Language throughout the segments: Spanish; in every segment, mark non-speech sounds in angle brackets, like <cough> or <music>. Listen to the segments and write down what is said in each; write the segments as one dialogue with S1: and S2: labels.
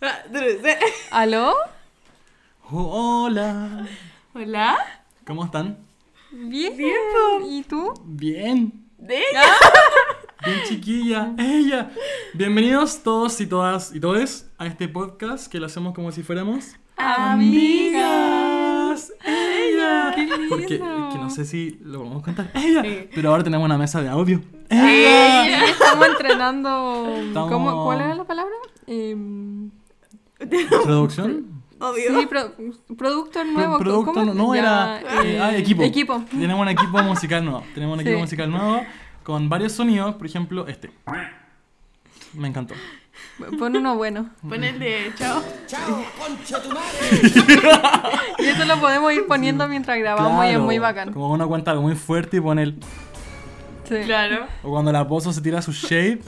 S1: Ah,
S2: ¿Aló?
S3: Oh, Hola,
S2: ¿Hola?
S3: ¿cómo están?
S2: Bien.
S1: Bien, po.
S2: ¿Y tú?
S3: Bien,
S1: De
S3: <laughs> bien chiquilla, ella. Bienvenidos todos y todas y todes a este podcast que lo hacemos como si fuéramos amigas. Ella.
S2: Qué lindo.
S3: Porque es que no sé si lo vamos a contar. Ella. Pero ahora tenemos una mesa de audio.
S2: Sí,
S3: Ella.
S2: Estamos entrenando.
S3: Estamos-
S2: ¿Cómo, ¿Cuál era la palabra? Em,
S3: Producción.
S1: Obvio.
S2: sí, pro- producto nuevo.
S3: Pro- producto
S2: ¿cómo?
S3: no, no,
S2: Ya,
S3: era eh, ah, equipo.
S2: Equipo.
S3: Tenemos un
S2: <laughs>
S3: equipo musical nuevo. Tenemos un equipo
S2: Sí.
S3: musical nuevo con varios sonidos, por ejemplo, este. Me encantó.
S2: Pon uno bueno.
S1: Pon el de chao.
S2: Y eso lo podemos ir poniendo mientras grabamos y es
S3: Claro,
S2: muy bacán.
S3: Como uno cuenta algo muy fuerte y pone el.
S2: Sí.
S1: Claro.
S3: O cuando la pozo se tira
S2: <laughs>
S3: su shade.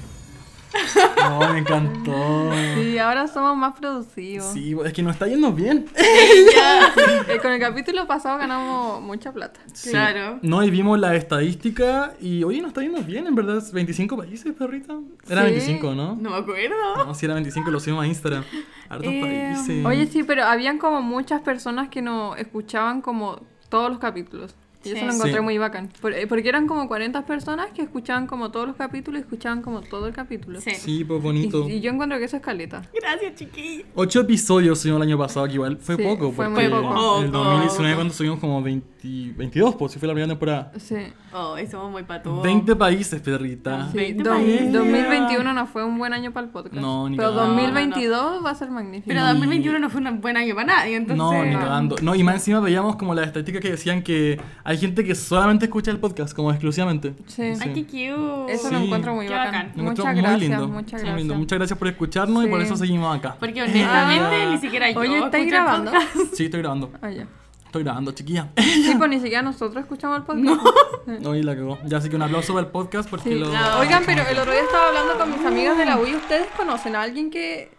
S3: No, me encantó.
S2: Sí, ahora somos más producidos.
S3: Sí, es que nos está yendo bien.
S2: <laughs> Eh, con el capítulo pasado ganamos mucha plata.
S3: Sí.
S1: Claro.
S3: No, y vimos la estadística y oye, nos está yendo bien, en verdad. 25 países, perrita. Era
S2: Sí.
S3: 25, ¿no?
S1: No me acuerdo.
S3: No, si era 25, lo subimos a Instagram. Hartos
S1: Eh,
S3: países.
S2: Oye, sí, pero habían como muchas personas que nos escuchaban como todos los capítulos. Y eso
S1: Sí.
S2: lo encontré
S3: Sí.
S2: muy bacán. Por- eh, Porque eran como 40 personas que escuchaban como todos los capítulos y escuchaban como todo el capítulo.
S1: Sí.
S3: Sí, pues
S2: Y,
S3: bonito.
S2: y yo encuentro que eso es caleta.
S1: Gracias, chiquilla.
S3: Ocho episodios subimos el año pasado, que igual fue
S2: Sí,
S3: poco.
S2: fue
S3: porque
S2: muy
S1: poco.
S3: En el 2019, cuando subimos como 20 22, pues si fue la primera temporada.
S2: Sí.
S1: Oh, somos muy patudos.
S3: 20 países, perrita.
S2: Sí,
S1: 20
S2: dos-
S1: países.
S2: 2021 no fue un buen año para el podcast.
S3: No, ni
S2: Pero
S3: cagando.
S2: 2022 va a ser magnífico.
S1: Pero 2021 no fue un buen año para nadie, entonces.
S3: No, ni
S2: no.
S3: cagando. No, y más encima veíamos como las estadísticas que decían que hay gente que solamente escucha el podcast, como exclusivamente.
S2: Sí.
S1: Ay, qué cute.
S2: Eso
S3: Sí.
S2: lo encuentro muy
S1: Qué
S2: bacán.
S1: bacán.
S3: Lo encontramos
S2: Muchas
S3: muy
S2: gracias,
S3: lindo,
S2: muchas
S3: muy
S2: gracias.
S3: lindo. Muchas gracias por escucharnos y por
S2: Sí.
S3: eso seguimos acá.
S1: Porque honestamente
S3: Ah.
S1: ni siquiera yo.
S2: Oye, ¿estáis
S1: escucho el
S2: grabando?
S1: podcast.
S3: Sí, estoy grabando.
S2: Ah, ya.
S3: Estoy grabando,
S2: <laughs>
S3: chiquilla.
S2: Sí, pues ni siquiera nosotros escuchamos el podcast.
S1: <laughs>
S3: No, y la cagó. Ya, así que un aplauso para el podcast porque
S2: Sí.
S3: lo.
S1: No.
S2: Oigan, pero el otro día estaba hablando con mis amigas de la U y ustedes conocen a alguien que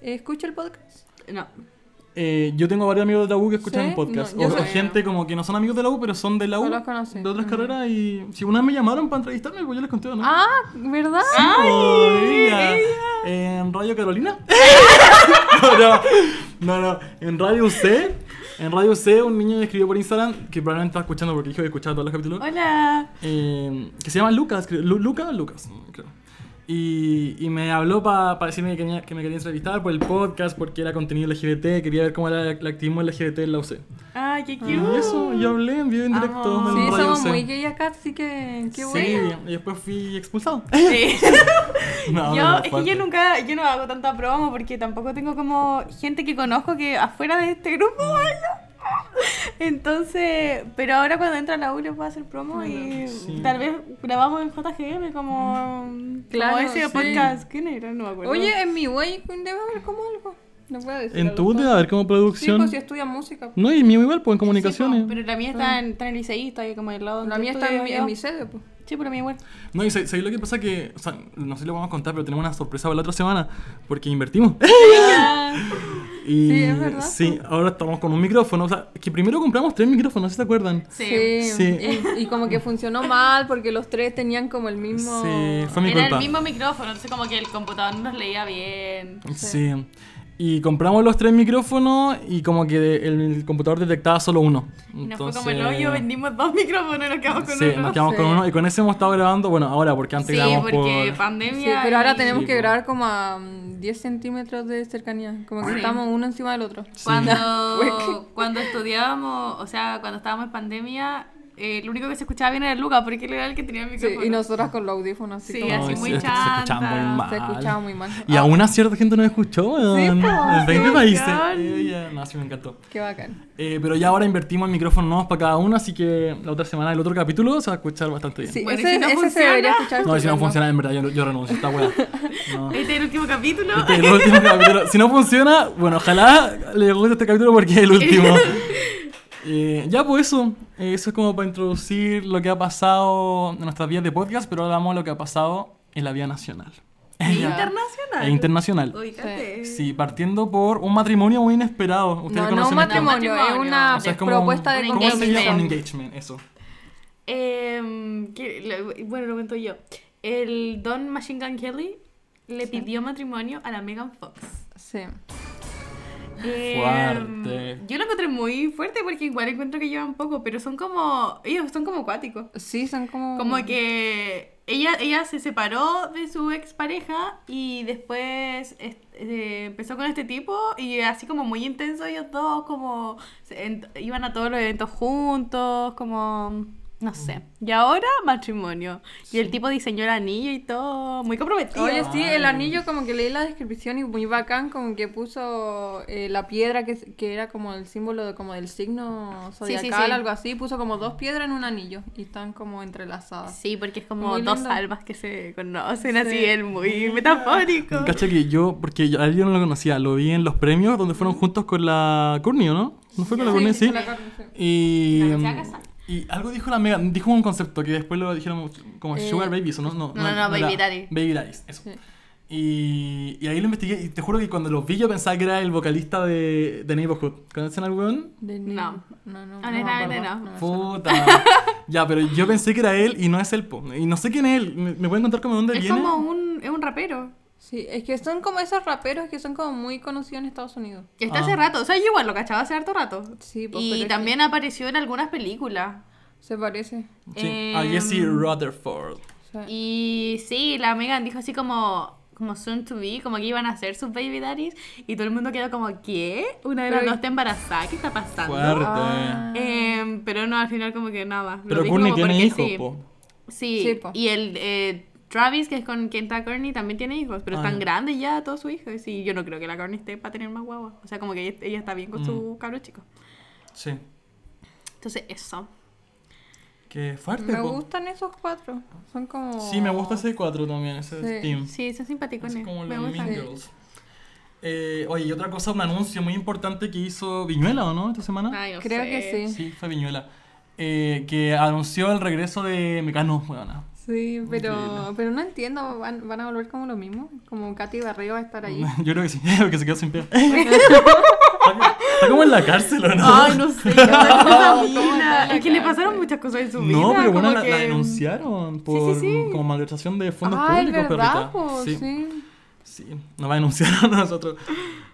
S2: eh, escucha el podcast.
S1: No.
S3: Eh, yo tengo varios amigos de la U que escuchan
S2: Sí,
S3: el podcast.
S2: no, yo
S3: o
S2: soy-
S3: gente como que no son amigos de la U, pero son de la U.
S2: No los conocí.
S3: De otras carreras. Y si una vez me llamaron para entrevistarme, pues yo les conté, ¿o ¿no?
S2: Ah, ¿verdad?
S3: Oh, ella. En Radio Carolina. <laughs> no, no, no, no. En Radio C. En Radio C, un niño me escribió por Instagram, que probablemente está escuchando porque dijo que escuchaba todos los capítulos.
S1: Hola.
S3: eh, que se llama Lucas. creo. Lu- Luca, Lucas, creo. Y, y me habló para decirme que, quería- que me quería entrevistar por el podcast, porque era contenido LGBT, quería ver cómo era el activismo LGBT en la UC.
S1: Ay, qué cute.
S3: Y eso, yo hablé en vivo en directo.
S1: Amo.
S3: en
S2: Sí,
S3: Radio
S2: somos
S3: C.
S2: muy gay acá, así que qué
S3: Sí,
S2: bueno.
S3: y después fui expulsado.
S1: Sí.
S3: No,
S1: Yo,
S3: no,
S1: es que
S3: fuerte.
S1: yo nunca, yo no hago tanta promo porque tampoco tengo como gente que conozco que afuera de este grupo vaya. Entonces, pero ahora cuando entra la U le puedo hacer promo y
S3: Sí.
S1: tal vez grabamos en JGM como,
S2: Claro,
S1: como ese
S2: sí.
S1: podcast. ¿Quién era? No me acuerdo.
S2: Oye, en mi wey debe haber como algo. No puedo decir.
S3: En
S2: algo.
S3: tu a ver como
S2: Sí,
S3: producción.
S2: pues si estudia música.
S3: No, y mío igual, pues en
S1: Sí,
S3: comunicaciones.
S1: po, pero la mía está en, está en el liceí, está ahí como del lado
S2: La
S1: donde
S2: mía está en
S1: estudio
S2: mi,
S1: yo.
S2: en mi sede, pues.
S1: Sí, pero la mía igual.
S3: No, y sa- ¿sabéis lo que pasa? Que, o sea, no sé si lo vamos a contar, pero tenemos una sorpresa para la otra semana, porque
S1: <laughs>
S3: invertimos. <laughs> Y,
S2: Sí, es verdad.
S3: sí, ahora estamos con un micrófono. O sea, que primero compramos tres micrófonos, ¿sí ¿se acuerdan?
S2: Sí.
S3: Sí.
S2: Y, y como que funcionó mal porque los tres tenían como el mismo.
S3: Sí, fue mi
S1: era
S3: culpa.
S1: el mismo micrófono, entonces como que el computador no nos leía bien.
S3: Sí. Y compramos los tres micrófonos y como que de- el, el computador detectaba solo uno.
S1: Y nos fue como el hoyo, vendimos dos micrófonos y nos quedamos con
S3: Sí,
S1: uno.
S3: nos quedamos con
S2: Sí.
S3: uno y con ese hemos estado grabando, bueno, ahora porque antes
S1: Sí,
S3: grabamos
S1: porque
S3: por...
S2: Sí,
S1: pandemia.
S2: pero ahora
S1: y-
S2: tenemos
S3: Sí,
S2: que
S3: po.
S2: grabar como a mm, 10 centímetros de cercanía. Como que
S1: Sí.
S2: estamos uno encima del otro. <laughs>
S1: Cuando, cuando estudiábamos, o sea, cuando estábamos en pandemia, eh, lo único que se escuchaba bien era Lucas, porque él era el que tenía el
S2: Sí,
S1: micrófono.
S2: y nosotras con los audífonos así
S1: Sí,
S2: como-
S1: así
S3: Ay,
S1: muy
S3: sí, es que se escuchaba
S1: chanta.
S3: muy mal.
S2: Se escuchaba muy mal. Ah,
S3: Y aún a cierta gente no escuchó, weón.
S2: po,
S3: En 20
S1: qué
S3: países.
S1: bacán.
S3: Eh, ya, No, sí, me encantó.
S2: Qué bacán.
S3: Eh, pero ya ahora invertimos en micrófonos nuevos para cada uno, así que la otra semana el otro capítulo se va a escuchar bastante bien.
S2: Sí,
S1: Bueno, ¿y
S2: ese,
S1: si no
S2: ese se
S1: funciona?
S2: debería escuchar.
S3: No, y si no
S2: estupendo.
S3: funciona, en verdad, yo, yo renuncio a esta weá. No.
S1: Este es el último capítulo.
S3: Este es el último <laughs> capítulo. Si no funciona, bueno, ojalá le guste este capítulo porque es el
S2: <laughs>
S3: último. Eh, ya, pues eso. Eh, eso es como para introducir lo que ha pasado en nuestras vías de podcast, pero ahora hablamos de lo que ha pasado en la vía nacional. <laughs>
S1: Internacional.
S3: E internacional.
S1: Ubícate.
S3: Sí, partiendo por un matrimonio muy inesperado. Ustedes
S2: No, no un
S3: conocen esto?
S2: matrimonio, es
S1: matrimonio.
S2: una
S3: O sea, es como
S2: propuesta de
S1: un-
S3: ¿cómo se llama?
S2: compromiso.
S1: engagement.
S3: Un engagement, eso.
S1: Em, que- lo- bueno, lo cuento yo. El Don Machine Gun Kelly le pidió matrimonio a la Megan Fox.
S2: Sí.
S1: Eh,
S3: Fuerte.
S1: Yo lo encontré muy fuerte porque igual encuentro que llevan poco, pero son como. Ellos son como cuáticos.
S2: Sí, son como.
S1: Como que ella, ella se separó de su expareja y después es- eh, empezó con este tipo y así como muy intenso ellos dos, como se- en- iban a todos los eventos juntos, como... No sé.
S2: Mm.
S1: Y ahora matrimonio. Y el tipo diseñó el anillo y todo. Muy comprometido.
S2: Oye, sí, el
S3: Ay.
S2: anillo como que leí la descripción y muy bacán, como que puso eh, la piedra que, que era como el símbolo de, como del signo
S1: sí,
S2: zodiacal,
S1: sí.
S2: algo así, puso como dos piedras en un anillo y están como entrelazadas.
S1: Sí, porque es como
S2: Muy
S1: dos
S2: lindo.
S1: almas que se conocen así,
S2: Sí.
S1: él muy metafórico.
S3: Cacha que yo, porque yo, a él yo no lo conocía, lo vi en los premios donde fueron juntos con la Courtney, ¿o ¿no? ¿No fue con la Courtney? Sí.
S2: con la Courtney, sí.
S3: Y, mm,
S1: La que se va a casar.
S3: y algo dijo la Mega, dijo un concepto que después lo dijeron como
S2: Eh,
S3: Sugar Babies, ¿o no? No,
S1: no, no, Baby
S3: era-
S1: Daddy.
S3: Baby Daddies, eso.
S2: Sí.
S3: Y, y ahí lo investigué y te juro que cuando lo vi yo pensaba que era el vocalista de, de Neighborhood. ¿Conocen al weón?
S2: De
S1: No.
S2: no, no.
S1: Honestamente
S2: me acuerdo,
S1: no.
S2: me suena.
S3: Puta. ya, pero yo pensé que era él y no es él. po. Y no sé quién es él. ¿Me, me pueden contar como de dónde
S1: Es
S3: viene?
S1: como un, es un rapero.
S2: Sí, es que son como esos raperos que son como muy conocidos en Estados Unidos.
S1: Que está
S3: Ah.
S1: hace rato. O sea, yo igual lo cachaba hace harto rato.
S2: Sí, pues, pero es
S1: Y
S2: que-
S1: también apareció en algunas películas.
S2: Se parece.
S3: Sí, a
S1: em,
S3: Jesse Rutherford.
S2: O sea,
S1: Y sí, la Megan dijo así como como soon to be, como que iban a ser sus baby daddies y todo el mundo quedó como ¿qué? Una de las
S2: Pero-
S1: dos está embarazada, ¿qué está pasando?
S3: Fuerte.
S2: Ah.
S1: Em, pero no, al final como que nada. lo
S3: Pero
S1: dijo
S3: Courtney
S1: como
S3: tiene
S1: porque
S3: hijos,
S1: sí.
S3: po.
S1: Sí,
S2: Sí, po.
S1: y el eh, Travis, que es con quien está Courtney, también tiene hijos, pero
S3: Ah,
S1: están
S3: ya.
S1: grandes ya todos sus hijos. Y yo no creo que la Courtney esté para tener más guagua. O sea, como que ella, ella está bien con
S3: Mm.
S1: su cabro chico.
S3: Sí.
S1: Entonces, eso.
S3: Qué fuerte,
S2: me
S3: po.
S2: gustan esos cuatro. Son como.
S3: Sí, me gusta ese 4 también, ese
S2: Sí.
S3: team.
S1: Sí, son simpaticones.
S3: Es como
S1: Me
S3: los
S1: gustan.
S3: Mean
S2: gusta.
S3: Girls. Eh, oye, y otra cosa, un anuncio muy importante que hizo Viñuela, ¿o no? Esta semana.
S1: Ay, no
S2: Creo
S1: sé.
S2: que sí.
S3: Sí, fue Viñuela. Eh, que anunció el regreso de Mecano, bueno,
S2: Sí,
S3: Increíble.
S2: pero, pero no entiendo. ¿van, van a volver como lo mismo? Como Katy Barrio va a estar ahí.
S3: <laughs> Yo creo que sí, porque se quedó sin pega. <laughs> Está como en la cárcel, ¿o <laughs> no?
S1: Ay, no
S3: <laughs>
S1: sé. qué onda con esa
S2: ¿Cómo
S1: mina.
S2: está la
S1: Es que le
S2: cara?
S1: pasaron muchas cosas en su vida.
S3: No, pero bueno,
S1: como
S3: la, la
S1: que-
S3: denunciaron por
S1: sí. Pues,
S3: como malversación de fondos
S2: ah, es
S3: públicos,
S2: verdad,
S3: perrita.
S2: po, sí.
S3: Sí, nos va a denunciar a nosotros.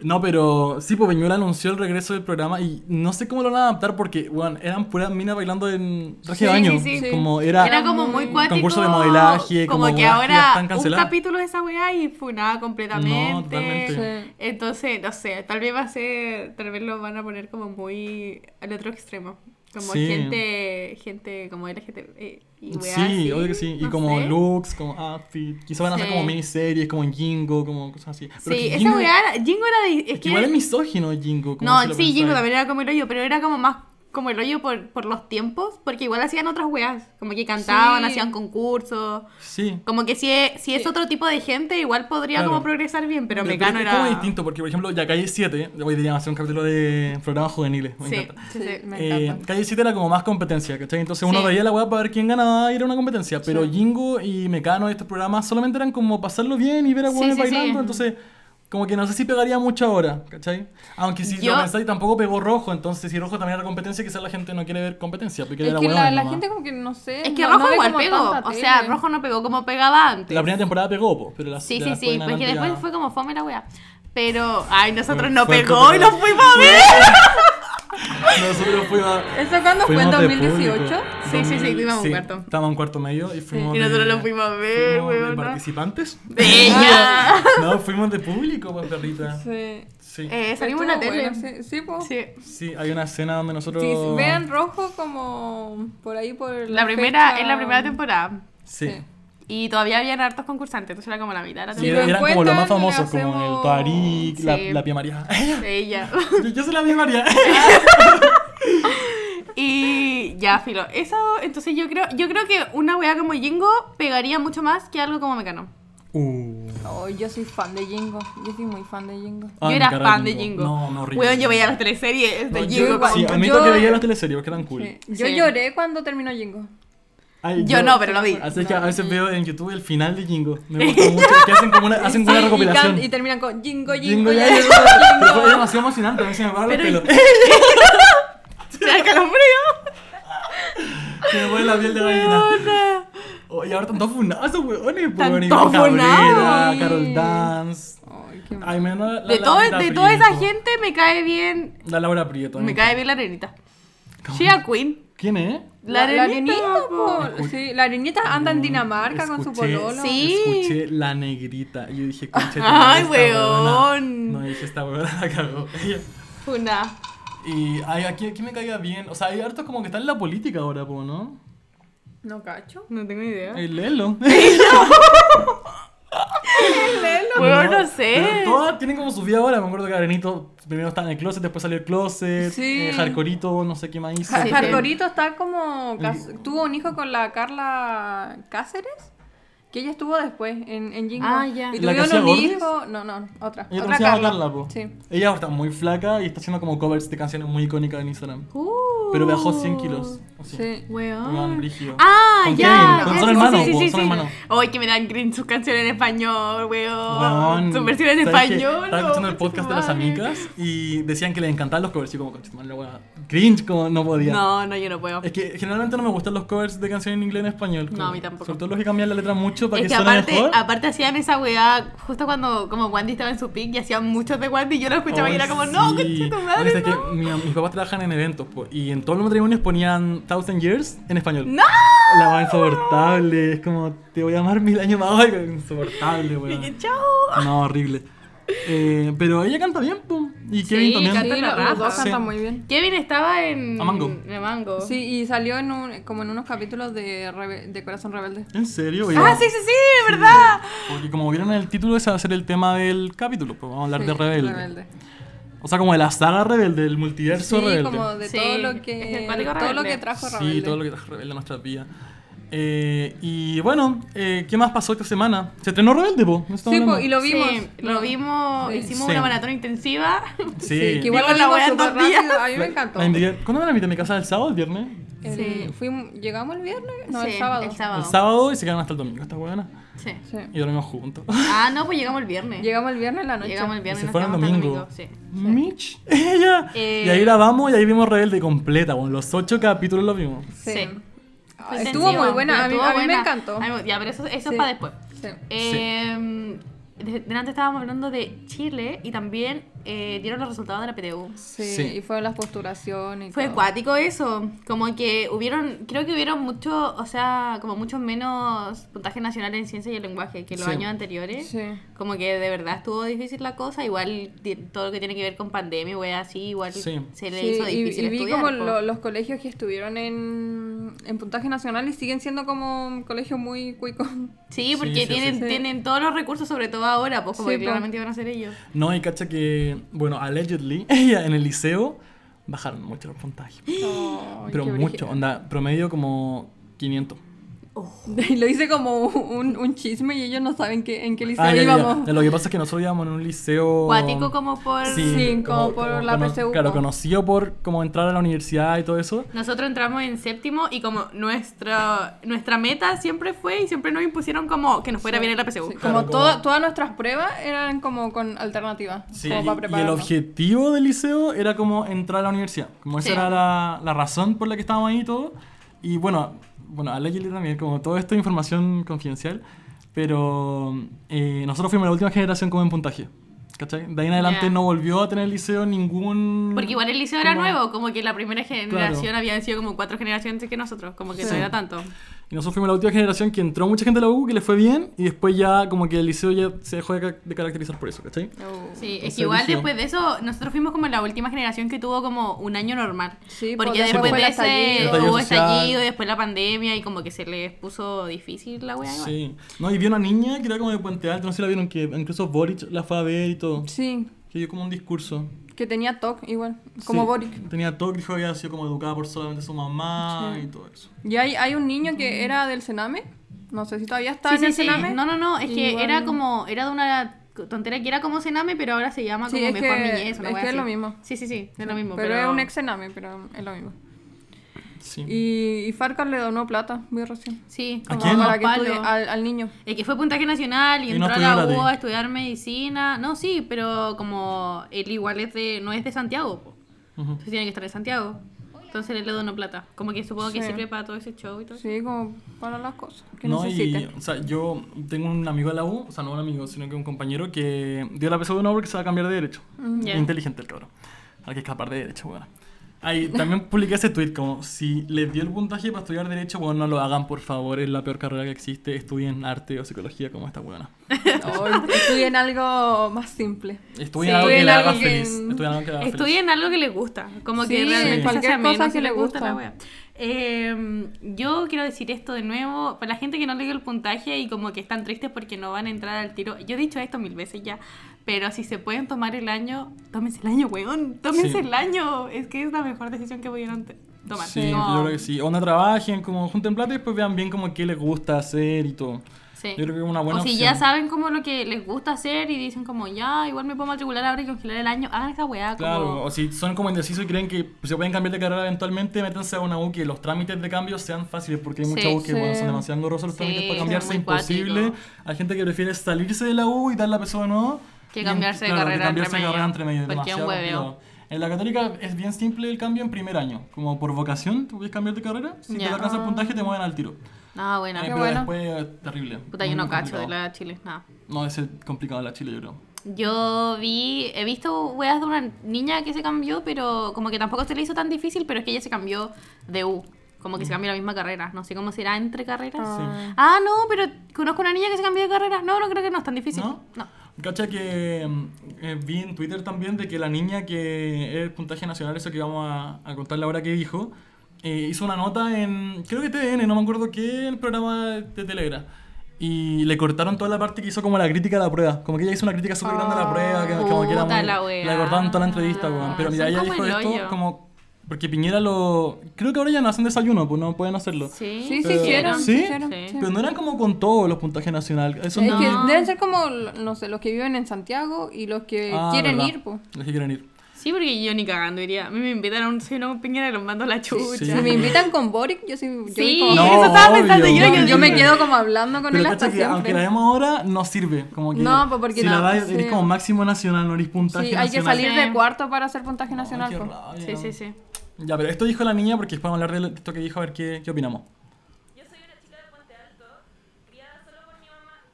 S3: No, pero sí, pues Viñuela anunció el regreso del programa y no sé cómo lo van a adaptar porque, bueno, eran puras minas bailando en traje de
S2: Sí,
S3: baño.
S2: sí, sí.
S3: Como era...
S1: Era como muy cuático.
S3: Mm. concurso de modelaje,
S1: Como,
S3: como
S1: que
S3: weas que ya
S1: ahora
S3: están
S1: un
S3: canceladas.
S1: capítulo de esa weá y funada completamente.
S3: No, totalmente.
S2: Sí.
S1: Entonces, no sé, tal vez va a ser, tal vez lo van a poner como muy al otro extremo. Como
S3: Sí.
S1: gente, gente como LGT eh, y weá
S3: Sí,
S1: así,
S3: obvio que sí. Y
S1: no
S3: como
S1: sé.
S3: looks, como outfit. Quizá van a hacer
S1: Sí.
S3: como miniseries, como en Jingo, como cosas así. Pero
S1: Sí,
S3: que
S1: esa
S3: Jingo-
S1: weá, era- Jingo era de... Es
S3: Que
S1: que
S3: igual es misógino Jingo. como
S1: No,
S3: si lo
S1: sí, Jingo
S3: pensáis.
S1: también era como el hoyo, pero era como más como el hoyo por, por los tiempos, porque igual hacían otras weas, como que cantaban,
S2: Sí.
S1: hacían concursos,
S3: Sí.
S1: como que si es, si es otro tipo de gente, igual podría
S3: Claro.
S1: como progresar bien, pero,
S3: Pero-
S1: Mecano
S3: pero
S1: era...
S3: Es como distinto, porque por ejemplo, ya Calle 7, hoy día hacer un capítulo de programas juveniles, me
S1: Sí,
S3: encanta.
S1: sí,
S2: Sí,
S1: sí.
S2: me
S3: Eh,
S2: encanta.
S3: Calle 7 era como más competencia, ¿cachai? Entonces uno
S1: Sí.
S3: veía la web para ver quién ganaba y era una competencia. Pero Jingo y Mecano, estos programas solamente eran como pasarlo bien y ver a
S1: Sí,
S3: hueones
S1: sí, sí.
S3: bailando.
S1: Ujú.
S3: Entonces, como que no sé si pegaría mucho ahora, ¿cachai? Aunque si
S1: Yo-
S3: lo pensáis, tampoco pegó rojo. Entonces, si rojo también era competencia, quizás la gente no quiere ver competencia. Porque
S2: Es
S3: era
S2: que la,
S3: hueones
S2: la
S3: nomás.
S2: gente como que no sé.
S1: Es que
S2: no- no
S1: Rojo
S2: ve
S1: igual
S2: como
S1: pegó,
S2: tanta
S1: o sea,
S2: tele.
S1: Rojo no pegó como pegaba antes.
S3: La primera temporada pegó, po, pero la
S1: Sí,
S3: ya
S1: sí,
S3: después
S1: sí,
S3: en
S1: porque
S3: adelante
S1: después
S3: ya-
S1: fue como fome la wea. Pero, ay, nosotros
S3: Fue-
S1: no
S3: Mm, fue
S1: pegó y
S3: complicado.
S1: nos
S3: <laughs>
S1: fuimos a ver.
S3: Nosotros fuimos.
S2: ¿Eso cuándo fue? ¿En
S3: Fuimos de
S2: 2018?
S3: público.
S1: Sí, sí, sí, fuimos a un cuarto.
S3: Estábamos en cuarto medio y fuimos.
S1: Y nosotros
S3: de-
S1: lo fuimos a ver,
S3: fuimos de
S1: weón, ¿no?
S3: participantes?
S1: Bella.
S3: <laughs> No, fuimos de público, pues, perrita.
S2: Sí.
S3: Sí.
S1: Eh, salimos en la
S2: Estuvo
S1: tele.
S2: bueno, sí, sí, po.
S1: Sí.
S3: Sí, hay una escena donde nosotros.
S2: Sí, vean rojo como por ahí por
S1: La primera,
S2: fecha.
S1: en la primera temporada.
S3: Sí.
S2: sí.
S1: Y todavía habían hartos concursantes, entonces era como la mitad de la
S3: Y
S2: Sí,
S1: temporada.
S2: lo
S3: eran como los más
S2: encuentran,
S3: famosos,
S2: le
S3: como el
S2: hacemos-
S3: Tuarí, la,
S1: Sí.
S3: la Pia María. <laughs>
S1: Ella.
S3: Yo- Yo soy la Pia María. <laughs>
S1: Y ya, filo. Eso, entonces yo creo, yo creo que una weá como Jingo pegaría mucho más que algo como Mecano.
S3: Uh.
S2: Oh, yo soy fan de Jingo. Yo soy muy fan de Jingo.
S3: Ay,
S1: yo era
S3: mi cara de
S1: fan de
S3: Ah, Jingo.
S1: Jingo.
S3: No, no, horrible.
S1: Weón, yo veía las teleseries de
S3: No,
S1: Jingo.
S2: igual.
S1: <laughs>
S3: sí,
S1: como-
S2: yo-
S3: admito que
S2: yo-
S3: veía las teleseries porque eran cool.
S2: Sí. Yo
S1: Sí.
S2: lloré cuando terminó Jingo.
S3: Ay,
S1: Yo no, pero lo vi.
S3: Así que a veces veo en YouTube el final de Jingo. Me gusta mucho. que hacen
S1: <laughs>
S3: como una, hacen como una
S2: Sí, y can-
S3: recopilación.
S2: Y, terminan con Jingo, Jingo,
S3: Jingo ya llegó. Pero
S1: <laughs>
S3: fue demasiado emocionante, a mí se me pararon los
S1: Pero-
S3: pelos.
S1: ¿Te da calofrío? <laughs>
S3: Se me pone la piel de gallina.
S1: Puta.
S3: Oh, Oye, ahora están todos funados esos weones,
S1: Están
S3: weón. Y
S1: todos
S3: Cabrera,
S1: funados.
S3: Carol Dance.
S2: Ay, qué mal.
S3: Ay, menos la- la
S1: De, todo-
S3: Laurita
S1: de toda esa
S3: Prieto.
S1: gente me cae bien.
S3: La Laura Prieto.
S1: Me cae bien la arenita. Shea Queen.
S3: ¿Quién es?
S1: La, arenita. po.
S2: po. Sí, la arenita anda en Dinamarca con su
S3: Mm, Escuché-
S2: pololo.
S1: Sí.
S3: Escuché la negrita. Y yo dije, concha,
S1: Ay,
S3: tu madre, esta
S1: weón.
S3: weona. No, dije, esta weona la cagó. <laughs>
S1: Funa.
S3: Y ay, aquí, aquí me caía bien. O sea, hay hartos como que están en la política ahora, po, ¿no?
S2: No cacho.
S1: No tengo idea.
S3: El Lelo. <laughs>
S1: Weón, no sé.
S3: Pero todas tienen como su vida ahora. Me acuerdo que Arenito primero estaba en el closet, después salió el closet.
S2: Sí.
S3: Eh, Hardcoreito, no sé qué más hizo.
S2: Ja-
S1: Sí.
S2: Hardcorito está
S3: Mm.
S2: como. cas- Tuvo un hijo con la Carla Cáceres. Que ella estuvo después en, en Jingo.
S1: Ah, ya.
S2: Y
S3: ¿La que
S2: tuvieron
S3: hacía
S2: un
S3: Gordes?
S2: hijo. No, no, otra.
S3: Ella
S2: otra
S3: también se llama Carla, po.
S2: Sí.
S3: Ella ahora está muy flaca y está haciendo como covers de canciones muy icónicas en Instagram.
S1: Uh.
S3: Pero bajó 100 kilos. o sí.
S2: Sí.
S3: Weón,
S1: Weón.
S3: brígido.
S1: Ah,
S3: Con
S1: ya.
S3: Kevin, con-
S1: ya,
S3: son
S1: sí,
S3: hermanos,
S1: sí,
S3: po,
S1: sí,
S3: son
S1: sí.
S3: hermanos.
S1: Ay, que me dan cringe sus canciones en español, weón.
S3: Weón,
S1: Sus versiones Ah, en
S3: ¿sabes qué?
S1: español.
S3: Estaba escuchando el
S1: concha
S3: podcast
S1: tu
S3: de las
S1: madre.
S3: amigas y decían que les encantaban los covers. Y yo como, "Concha tu madre, la wea, cringe, como no podía.
S1: No, no, yo no puedo.
S3: Es que generalmente no me gustan los covers de canciones en inglés en español.
S1: No,
S3: como-
S1: a mí tampoco.
S3: Sobre todo los que cambian la letra mucho para
S1: Es
S3: que,
S1: que
S3: suene
S1: aparte,
S3: mejor.
S1: aparte hacían esa weá justo cuando como Wandy estaba en su pick y hacían muchos de Wandy y yo lo escuchaba
S3: Ay,
S1: y era como, no,
S3: Oh, sí.
S1: concha tu
S3: Oye,
S1: madre,
S3: ¿sabes
S1: no.
S3: qué? Mi- mis papás trabajan en eventos po, y en todos los matrimonios ponían Thousand Years en español.
S1: ¡No!
S3: La más insoportable. Es como, te voy a amar mil años más. Ay, insoportable,
S1: Y
S3: weón.
S1: que, chao.
S3: No, horrible. Eh, pero ella canta bien, pum. Y Kevin también.
S1: canta
S2: Sí,
S1: la
S2: lo- los
S1: raja.
S2: dos cantan
S3: Sí.
S2: muy bien.
S1: Kevin estaba en...
S3: A Mango.
S1: En Mango.
S2: Sí, y salió en un, como en unos capítulos de, Rebe- de Corazón Rebelde.
S3: ¿En serio? weón?
S1: Ah, sí, sí, sí, es verdad.
S3: Porque como vieron en el título, ese va a ser el tema del capítulo. Pues vamos a hablar
S2: Sí,
S3: de Rebelde. O sea, como de la saga Rebelde, del multiverso
S2: Sí,
S3: Rebelde.
S2: como de
S1: Sí,
S2: todo lo
S1: es el <laughs>
S2: que,
S1: cuático
S2: todo lo
S1: Rebelde.
S2: que trajo Rebelde.
S3: Sí, todo lo que trajo Rebelde a nuestras vidas. Eh, y bueno, eh, ¿qué más pasó esta semana? Se estrenó Rebelde, po. ¿No estamos
S2: Sí, po,
S3: hablando?
S2: y lo vimos.
S1: Sí, lo vimos,
S2: Sí.
S1: hicimos
S3: Sí.
S1: una maratón intensiva.
S2: Sí,
S3: Sí.
S2: que igual
S1: Vimos
S2: lo
S1: la
S2: vimos
S1: wea en
S2: súper
S1: dos días.
S2: rápido. A
S3: <laughs>
S2: mí me encantó.
S3: La invité- ¿Cuándo me la invité a mi casa? ¿El sábado? ¿El viernes?
S2: El-
S1: Sí.
S2: fuimos- ¿Llegamos el viernes? No,
S1: Sí,
S2: el sábado.
S1: El sábado.
S3: El sábado y se quedaron hasta el domingo, esta buena.
S1: Sí.
S2: Sí.
S3: Y dormimos juntos.
S1: Ah, no, pues llegamos el viernes.
S2: Llegamos el viernes en la noche.
S1: Llegamos el
S3: Y
S1: viernes.
S3: <laughs> se
S1: nos
S3: fueron el
S1: quedamos hasta el
S3: domingo.
S1: domingo, Sí.
S3: Mitch, ella.
S1: Eh.
S3: Y ahí grabamos y ahí vimos Rebelde completa, bueno, los ocho capítulos los vimos.
S2: Sí.
S1: Sí.
S2: Ah,
S1: Fue
S2: estuvo
S1: intensiva,
S2: muy buena. A mí,
S1: pero
S2: a
S1: estuvo
S2: mí me
S1: buena.
S2: encantó.
S1: A mí- Ya, pero eso, eso
S2: Sí.
S1: es para después.
S2: Sí.
S1: Eh, de- delante estábamos hablando de Chile y también eh, dieron los resultados de la PTU.
S2: Sí,
S3: Sí.
S2: y fueron las postulaciones. y
S1: Fue
S2: todo.
S1: acuático eso, como que hubieron, creo que hubieron mucho, o sea, como muchos menos puntajes nacionales en ciencia y el lenguaje que los
S3: Sí.
S1: años anteriores.
S2: Sí.
S1: Como que de verdad estuvo difícil la cosa, igual ti- todo lo que tiene que ver con pandemia, güey, así, igual
S3: Sí.
S1: se le
S2: Sí,
S1: hizo
S2: y-
S1: difícil
S2: y, vi
S1: estudiar.
S2: como
S1: po.
S2: lo- los colegios que estuvieron en, en puntaje nacional y siguen siendo como colegios muy cuicos.
S1: Sí, porque
S3: sí, sí,
S1: tienen,
S2: sí.
S1: tienen todos los recursos, sobre todo ahora, pues como
S2: Sí,
S1: que
S2: po.
S1: claramente iban a ser ellos.
S3: No, y cacha que, bueno, allegedly, <laughs> ella en el liceo bajaron mucho los puntajes.
S2: Ay,
S3: pero
S2: qué
S3: mucho,
S2: brígido.
S3: onda, promedio como 500.
S2: Y <laughs> lo hice como un, un chisme y ellos no saben qué, en qué liceo
S3: Ah, ya, ya, ya.
S2: íbamos.
S3: Lo que pasa es que nosotros íbamos en un liceo.
S1: Cuático como por...
S2: Sí, como por la
S3: cono-
S2: PSU,
S3: Claro,
S2: po.
S3: conocido por como entrar a la universidad y todo eso.
S1: Nosotros entramos en séptimo y como nuestra, nuestra meta siempre fue y siempre nos impusieron como que nos fuera bien en la PSU.
S2: Sí, como
S3: Claro, como-
S2: toda- todas nuestras pruebas eran como con alternativas.
S3: Sí,
S2: como
S3: y-
S2: para
S3: y el
S2: prepararnos.
S3: objetivo del liceo era como entrar a la universidad. Como
S1: Sí.
S3: esa era la, la razón por la que estábamos ahí y todo. Y bueno, bueno, a Leslie también, como todo esto es información confidencial. Pero eh, nosotros fuimos la última generación como en puntaje. ¿Cachai? De ahí en adelante
S1: Ya.
S3: no volvió a tener liceo ningún...
S1: Porque igual el liceo era
S3: como-
S1: nuevo, como que la primera generación habían sido como cuatro generaciones antes que nosotros, como que
S2: Sí.
S1: no era tanto.
S3: Y nosotros fuimos la última generación que entró mucha gente a la U, que le fue bien. Y después ya como que el liceo ya se dejó de, ca- de caracterizar por eso, ¿cachai?
S2: Oh.
S1: Sí, es
S3: Entonces,
S1: que igual
S3: brígido.
S1: después de eso, nosotros fuimos como la última generación que tuvo como un año normal.
S2: Sí,
S1: porque
S2: pues,
S1: después
S2: después
S1: de
S2: fue el
S1: ese
S3: estallido.
S1: hubo
S3: Estallido social.
S1: estallido y después la pandemia y como que se les puso difícil la weá. igual.
S3: Sí. No, y vi una niña que era como de Puente Alto, no sé si la vieron, que incluso Boric la fue a ver y todo.
S2: Sí,
S3: Que dio como un discurso.
S2: que tenía TOC igual, como
S3: Sí,
S2: Boric.
S3: Tenía todo, dijo que había sido como educada por solamente su mamá
S2: Sí.
S3: y todo eso.
S2: Y hay, hay un niño que era del Sename, no sé si todavía está
S1: Sí,
S2: en
S1: sí,
S2: el
S1: sí.
S2: Sename.
S1: No, no, no, es que
S2: Igual-
S1: era como, era de una tontera que era como Sename, pero ahora se llama
S2: Sí,
S1: como
S2: es
S1: Mejor
S2: que-
S1: Niñez. una
S2: es
S1: wea
S2: que es
S1: así.
S2: lo mismo.
S1: Sí, sí, sí, es lo mismo.
S2: Pero es un ex Sename, pero es lo mismo.
S3: Sí.
S2: Y, y Farcar le donó plata muy recién.
S1: Sí,
S3: ¿A
S1: como
S3: quién?
S2: Para que ah.
S1: palo.
S2: estudie al, al niño.
S1: El que fue puntaje nacional y
S3: Y no
S1: entró a la
S3: estudió la
S1: U
S3: ley.
S1: a estudiar medicina. No, sí, pero como él igual es de, no es de Santiago, po.
S3: Ujú.
S1: entonces tiene que estar en Santiago. Entonces él le donó plata. Como que supongo que
S2: Sí.
S1: sirve para todo ese show y todo.
S2: Sí, como para las cosas que
S3: No,
S2: necesitan.
S3: y,
S2: <laughs>
S3: <laughs> o sea, yo tengo un amigo de la U, o sea, no un amigo, sino que un compañero que dio la PSU de una porque se va a cambiar de derecho.
S1: Ya.
S3: Inteligente el cabrón. Hay que escapar de derecho, weón. Ahí también <laughs> publiqué ese tweet como, si les dio el puntaje para estudiar derecho, bueno, no lo hagan, por favor, es la peor carrera que existe, estudien arte o psicología como esta weona.
S2: O estudien algo más simple.
S3: Estudien
S2: Sí.
S3: algo que
S2: Estudien
S3: la haga
S2: algo que- mm,
S3: feliz. Estudien algo que la haga feliz.
S1: Estudien algo que les gusta. Como que
S2: Sí,
S1: realmente
S2: cualquier
S1: se hace ameno,
S2: cosa
S1: si
S2: que
S1: les
S2: les
S1: gusta la
S2: gusta.
S1: wea. Eh, yo quiero decir esto de nuevo. Para la gente que no leyó el puntaje y como que están tristes porque no van a entrar al tiro. Yo he dicho esto mil veces ya. Pero si se pueden tomar el año, tómense el año, weón. Tómense
S3: Sí.
S1: el año. Es que es la mejor decisión que pudieron te- tomar.
S3: Sí,
S1: Como-
S3: yo creo que sí. Onda trabajen, como junten plata y después vean bien como qué les gusta hacer y todo.
S1: Sí.
S3: Yo creo que es una buena
S1: o si
S3: opción.
S1: ya saben como lo que les gusta hacer y dicen como ya, igual me puedo matricular ahora y congelar el año, hagan esa weá como...
S3: Claro, o si son como indecisos y creen que se pueden cambiar de carrera eventualmente, métanse a una U que los trámites de cambio sean fáciles, porque hay muchas
S1: Sí,
S3: U que
S2: sí.
S3: bueno, son demasiado engorrosos los
S1: Sí,
S3: trámites para
S1: son
S3: cambiarse,
S1: muy
S3: imposible.
S1: cuáticos.
S3: Hay gente que prefiere salirse de la U y dar la persona de nuevo.
S1: Que
S3: y-
S1: cambiarse de
S3: claro, que
S1: carrera
S3: cambiarse
S1: entre
S3: de carrera
S1: medio,
S3: entre medio,
S1: porque es un
S3: demasiado
S1: hueveo.
S3: complicado. En la católica es bien simple el cambio en primer año. Como por vocación, tú puedes cambiar de carrera, si
S1: Ya.
S3: te alcanza el puntaje te mueven al tiro.
S1: Ah, bueno.
S3: Eh,
S2: qué
S3: pero
S2: bueno.
S3: después es terrible.
S1: Puta,
S3: Es
S1: yo
S3: muy
S1: no cacho de
S3: complicado.
S1: la Chile, nada.
S3: No, es el complicado de la Chile, yo creo.
S1: Yo vi, he visto weas de una niña que se cambió, pero como que tampoco se le hizo tan difícil, pero es que ella se cambió de U. Como que se cambió la misma carrera. No sé cómo será entre carreras.
S3: Sí.
S2: Ah.
S1: Ah, no, pero conozco una niña que se cambió de carrera. No, no creo que no es tan difícil.
S3: ¿No?
S1: no.
S3: Cacha que mm, eh, vi en Twitter también de que la niña que es puntaje nacional, eso que vamos a, a contarle ahora que dijo, eh, hizo una nota en, creo que TN, no me acuerdo qué, el programa de Telegram. Y le cortaron toda la parte que hizo como la crítica a la prueba. Como que ella hizo una crítica súper grande a la prueba. Que, como que era
S1: Oh, Puta
S3: muy-
S1: la
S3: le
S1: weá.
S3: cortaron toda la entrevista, weón. Pero mira,
S1: Son
S3: ella
S1: como
S3: dijo
S1: el
S3: esto
S1: hoyo.
S3: como... Porque Piñera lo... Creo que ahora ya no hacen desayuno, pues no pueden hacerlo.
S1: Sí,
S2: Sí, sí
S3: Pero-
S2: hicieron.
S3: ¿Sí?
S2: hicieron,
S1: Sí.
S3: Pero no eran como con todos los puntajes nacionales. Eso
S2: Es
S3: no-
S2: que
S1: No.
S2: deben ser como, no sé, los que viven en Santiago y los que
S3: Ah,
S2: quieren
S3: verdad.
S2: ir, pues.
S3: Los que quieren ir.
S1: Sí, porque yo ni cagando iría. A mí me invitan a un seno con piñera y los mando a la chucha.
S3: Sí.
S2: Si
S3: <laughs>
S2: me invitan con Boric, yo sí. Yo,
S1: Sí,
S2: como-
S3: No,
S1: eso estaba pensando
S3: obvio,
S1: yo.
S2: yo,
S1: yo-
S3: obvio.
S2: me quedo como hablando con
S3: Pero
S2: él
S3: cacha
S2: hasta
S3: que aunque la
S2: siempre.
S3: vemos ahora, no sirve. Como que
S2: No, pues, porque
S3: si
S2: no,
S3: la das, eres
S2: sí.
S3: como máximo nacional, no eres puntaje
S2: Sí, hay que
S3: nacional.
S2: salir
S1: Sí.
S2: de cuarto para hacer puntaje
S3: Ay,
S2: nacional.
S3: qué
S2: po.
S3: rabia.
S1: Sí, sí, sí.
S3: Ya, pero esto dijo la niña porque después vamos a hablar de esto que dijo, a ver qué, qué opinamos.
S4: Yo soy una chica de Puente Alto, criada solo por mi mamá.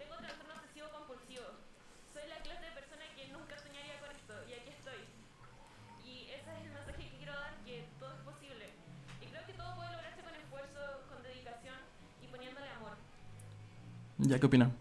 S4: Tengo trastorno obsesivo compulsivo. Soy la clase de persona que nunca soñaría con esto y aquí estoy. Y ese es el mensaje que quiero dar, que todo es posible. Y creo que todo puede lograrse con esfuerzo, con dedicación y poniéndole amor.
S3: Ya, ¿qué opinan?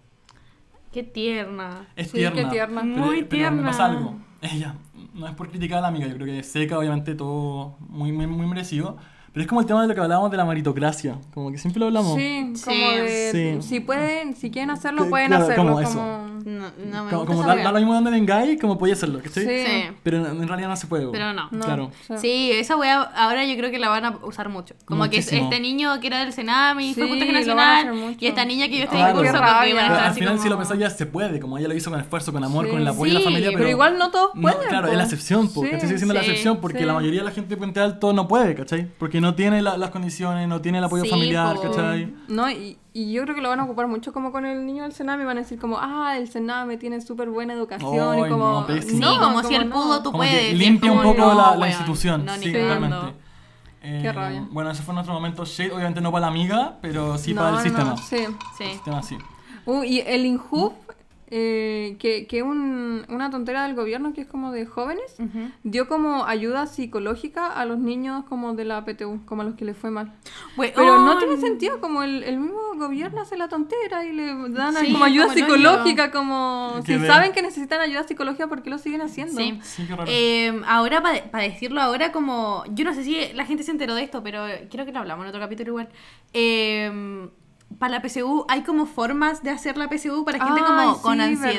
S1: Qué tierna.
S3: Es
S2: Sí, qué
S3: tierna.
S2: tierna.
S3: pero-
S1: Muy
S3: pero me pasa
S1: tierna.
S3: algo. <laughs> Ella, no es por criticar a la amiga, yo creo que seca, obviamente, todo muy, muy, muy merecido. Pero es como el tema de lo que hablábamos de la meritocracia. Como que siempre lo hablamos.
S2: Sí,
S1: Sí.
S2: como de,
S3: Sí.
S2: si pueden, si quieren hacerlo,
S3: Que-
S2: pueden
S3: claro,
S2: hacerlo.
S3: como eso.
S2: como-
S1: No, no me
S3: Como,
S1: gusta
S3: como
S1: esa
S3: da, da
S1: weá.
S3: lo mismo donde vengáis, como podía hacerlo, ¿cachai?
S2: Sí.
S1: Sí.
S3: Pero en en realidad no se puede.
S1: Pero no.
S2: No,
S3: Claro.
S2: o sea,
S1: Sí, esa weá ahora yo creo que la van a usar mucho. Como que
S3: Muchísimo.
S1: este niño que era del Senami fue
S2: Sí,
S1: puntaje
S2: lo van a hacer
S1: nacional
S2: mucho.
S1: y esta niña que yo estoy en
S3: Claro.
S1: curso
S3: Qué
S1: como que
S2: rabia.
S1: van a
S3: Pero
S1: estar
S3: al
S1: así
S3: final,
S1: como...
S3: si lo pensás, ya se puede, como ella lo hizo con esfuerzo, con amor,
S2: Sí.
S3: con el apoyo de
S1: Sí,
S3: la familia.
S1: pero
S3: Pero,
S2: Pero igual no todos
S3: No,
S2: pueden.
S3: claro,
S2: po.
S3: es la excepción, porque
S2: Sí.
S3: estoy diciendo la
S1: Sí,
S3: excepción, porque
S2: sí.
S3: la mayoría de la gente de Puente Alto no puede, ¿cachai? Porque no tiene la- las condiciones, no tiene el apoyo
S1: Sí,
S3: familiar,
S1: po.
S3: ¿cachai?
S2: No, y, y yo creo que lo van a ocupar mucho como con el niño del Sename. Van a decir como, ah, el Sename tiene súper buena educación.
S3: Ay,
S2: y como,
S3: no, pésimo.
S1: Sí,
S3: No,
S1: como si él
S2: no.
S1: pudo, tú
S3: Como que
S1: puedes. y es
S3: limpia un
S1: como,
S3: poco
S1: no,
S3: la, la
S1: weón,
S3: institución,
S1: No, ni
S3: sí,
S1: cagando.
S3: totalmente. Eh,
S2: rabia.
S3: Bueno, ese fue nuestro momento shade, obviamente no para la amiga, pero sí
S2: No,
S3: para
S2: no,
S3: el sistema.
S2: sí.
S3: El
S1: Sí.
S3: sistema sí.
S2: Uh, y el INJUF, eh, que es una tontera del gobierno que es como de jóvenes, dio como ayuda psicológica a los niños como de la PTU, como a los que les fue mal. Pero no tiene
S1: Weón.
S2: sentido, como el, el mismo gobierno hace la tontera y le dan
S1: Sí,
S2: como ayuda
S1: como el hoyo.
S2: psicológica, como
S3: Qué
S2: si
S3: ver.
S2: saben que necesitan ayuda psicológica, ¿por qué lo siguen haciendo?
S1: Sí.
S3: Sí, qué raro.
S1: Eh, ahora, para decirlo ahora, como. Yo no sé si la gente se enteró de esto, pero creo que lo hablamos en otro capítulo igual. Em, para la PSU hay como formas de hacer la PSU para gente
S2: Ay,
S1: como
S2: Ah, sí,
S1: con ansiedad,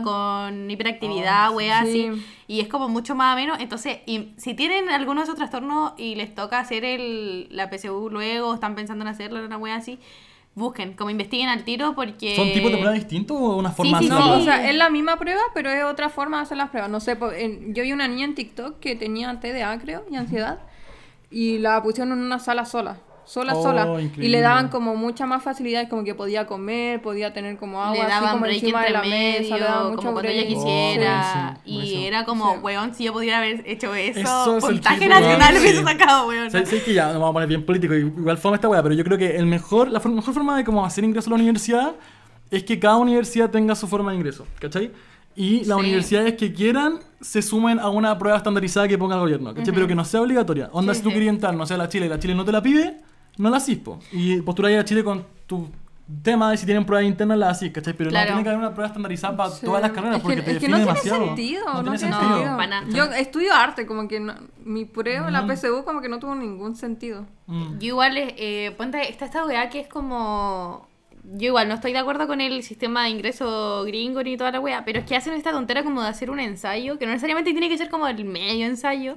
S2: verdad. Oh,
S1: con hiperactividad, wea,
S2: sí.
S1: así. Y es como mucho más menos Entonces, y si tienen alguno de esos trastornos y les toca hacer el, la PSU luego, o están pensando en hacerla, una wea así, busquen, como investiguen al tiro porque.
S3: ¿Son tipos de pruebas distintos o una forma
S1: sí,
S3: de
S1: sí.
S3: hacerlo?
S2: No, o sea, es la misma prueba, pero es otra forma de hacer las pruebas. No sé, po- en- yo vi una niña en TikTok que tenía TDA, creo, y ansiedad, y la pusieron en una sala sola. sola,
S3: Oh,
S2: sola. Y
S3: increíble.
S2: le daban como mucha más facilidad, como que podía comer, podía tener como agua,
S1: le
S2: así
S1: daban
S2: como
S1: break
S2: encima de
S1: entre
S2: la
S1: medio,
S2: mesa, le daban
S1: como
S2: mucho
S1: cuando ella
S2: break.
S1: quisiera.
S3: Oh, sí,
S1: y
S3: buenísimo.
S1: era como,
S2: Sí.
S1: weón, si yo pudiera haber hecho eso,
S3: Eso es el
S1: puntaje
S3: tipo,
S1: nacional
S3: weón,
S1: hubiese
S3: sí.
S1: sacado, weón.
S3: Sé, sé que ya nos vamos a poner bien político, igual fome esta weá, pero yo creo que el mejor, la for- mejor forma de cómo hacer ingreso a la universidad es que cada universidad tenga su forma de ingreso, ¿cachai? Y las
S1: Sí.
S3: universidades que quieran se sumen a una prueba estandarizada que ponga el gobierno, ¿cachai? Pero que no sea obligatoria. Onda,
S1: Sí,
S3: si tú
S1: sí.
S3: querías entrar, no sea a la Chile y la Chile no te la pide, no la haces, po. Y postuláis a Chile con tu tema de si tienen pruebas internas, la haces, ¿cachai? Pero
S1: Claro.
S3: no tiene que haber una prueba estandarizada para
S2: Sí.
S3: todas las carreras
S2: Es que-
S3: porque te
S2: es que
S3: define
S2: no
S3: demasiado.
S2: Tiene sentido, no, tiene
S3: tiene sentido.
S2: sentido.
S1: pa' nada.
S2: Yo estudio arte, como que no- mi prueba, la
S3: Mm.
S2: PSU, como que no tuvo ningún sentido.
S3: Mm.
S1: Yo igual, eh, ponte, está esta weá que es como... Yo igual no estoy de acuerdo con el sistema de ingreso gringo ni toda la weá, pero es que hacen esta tontera como de hacer un ensayo, que no necesariamente tiene que ser como el medio ensayo,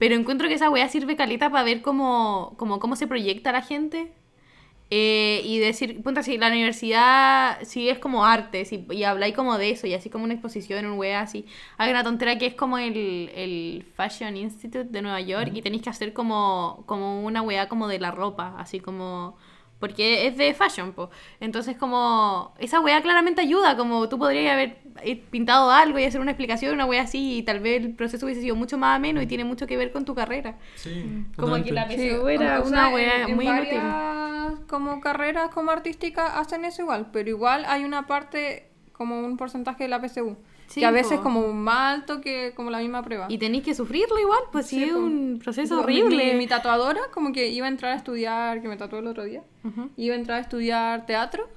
S1: pero encuentro que esa weá sirve caleta para ver cómo, como cómo se proyecta la gente. Eh, y decir, punta, si la universidad, si es como arte, si, y habláis como de eso, y así como una exposición, un wea así. Hay una tontera que es como el, el Fashion Institute de Nueva York, y tenéis que hacer como, como una wea como de la ropa, así como. Porque es de fashion, po. Entonces, como. Esa wea claramente ayuda, como tú podrías haber eh, pintado algo y hacer una explicación, una wea así, y tal vez el proceso hubiese sido mucho más ameno y tiene mucho que ver con tu carrera.
S3: Sí,
S1: Como que
S3: totalmente.
S1: la PSU era
S2: o sea,
S1: una
S2: en-
S1: wea
S2: en
S1: muy inútil.
S2: varias Como carreras como artísticas hacen eso igual, pero igual hay una parte como un porcentaje de la PSU,
S1: Sí,
S2: que a veces
S1: po.
S2: como más alto que como la misma prueba.
S1: Y tenéis que sufrirlo igual, pues sí,
S2: Ah. Sí,
S1: es
S2: po.
S1: un proceso
S2: Tipo, mi-
S1: horrible.
S2: Mi, mi tatuadora, como que iba a entrar a estudiar, que me tatuó el otro día, iba a entrar a estudiar teatro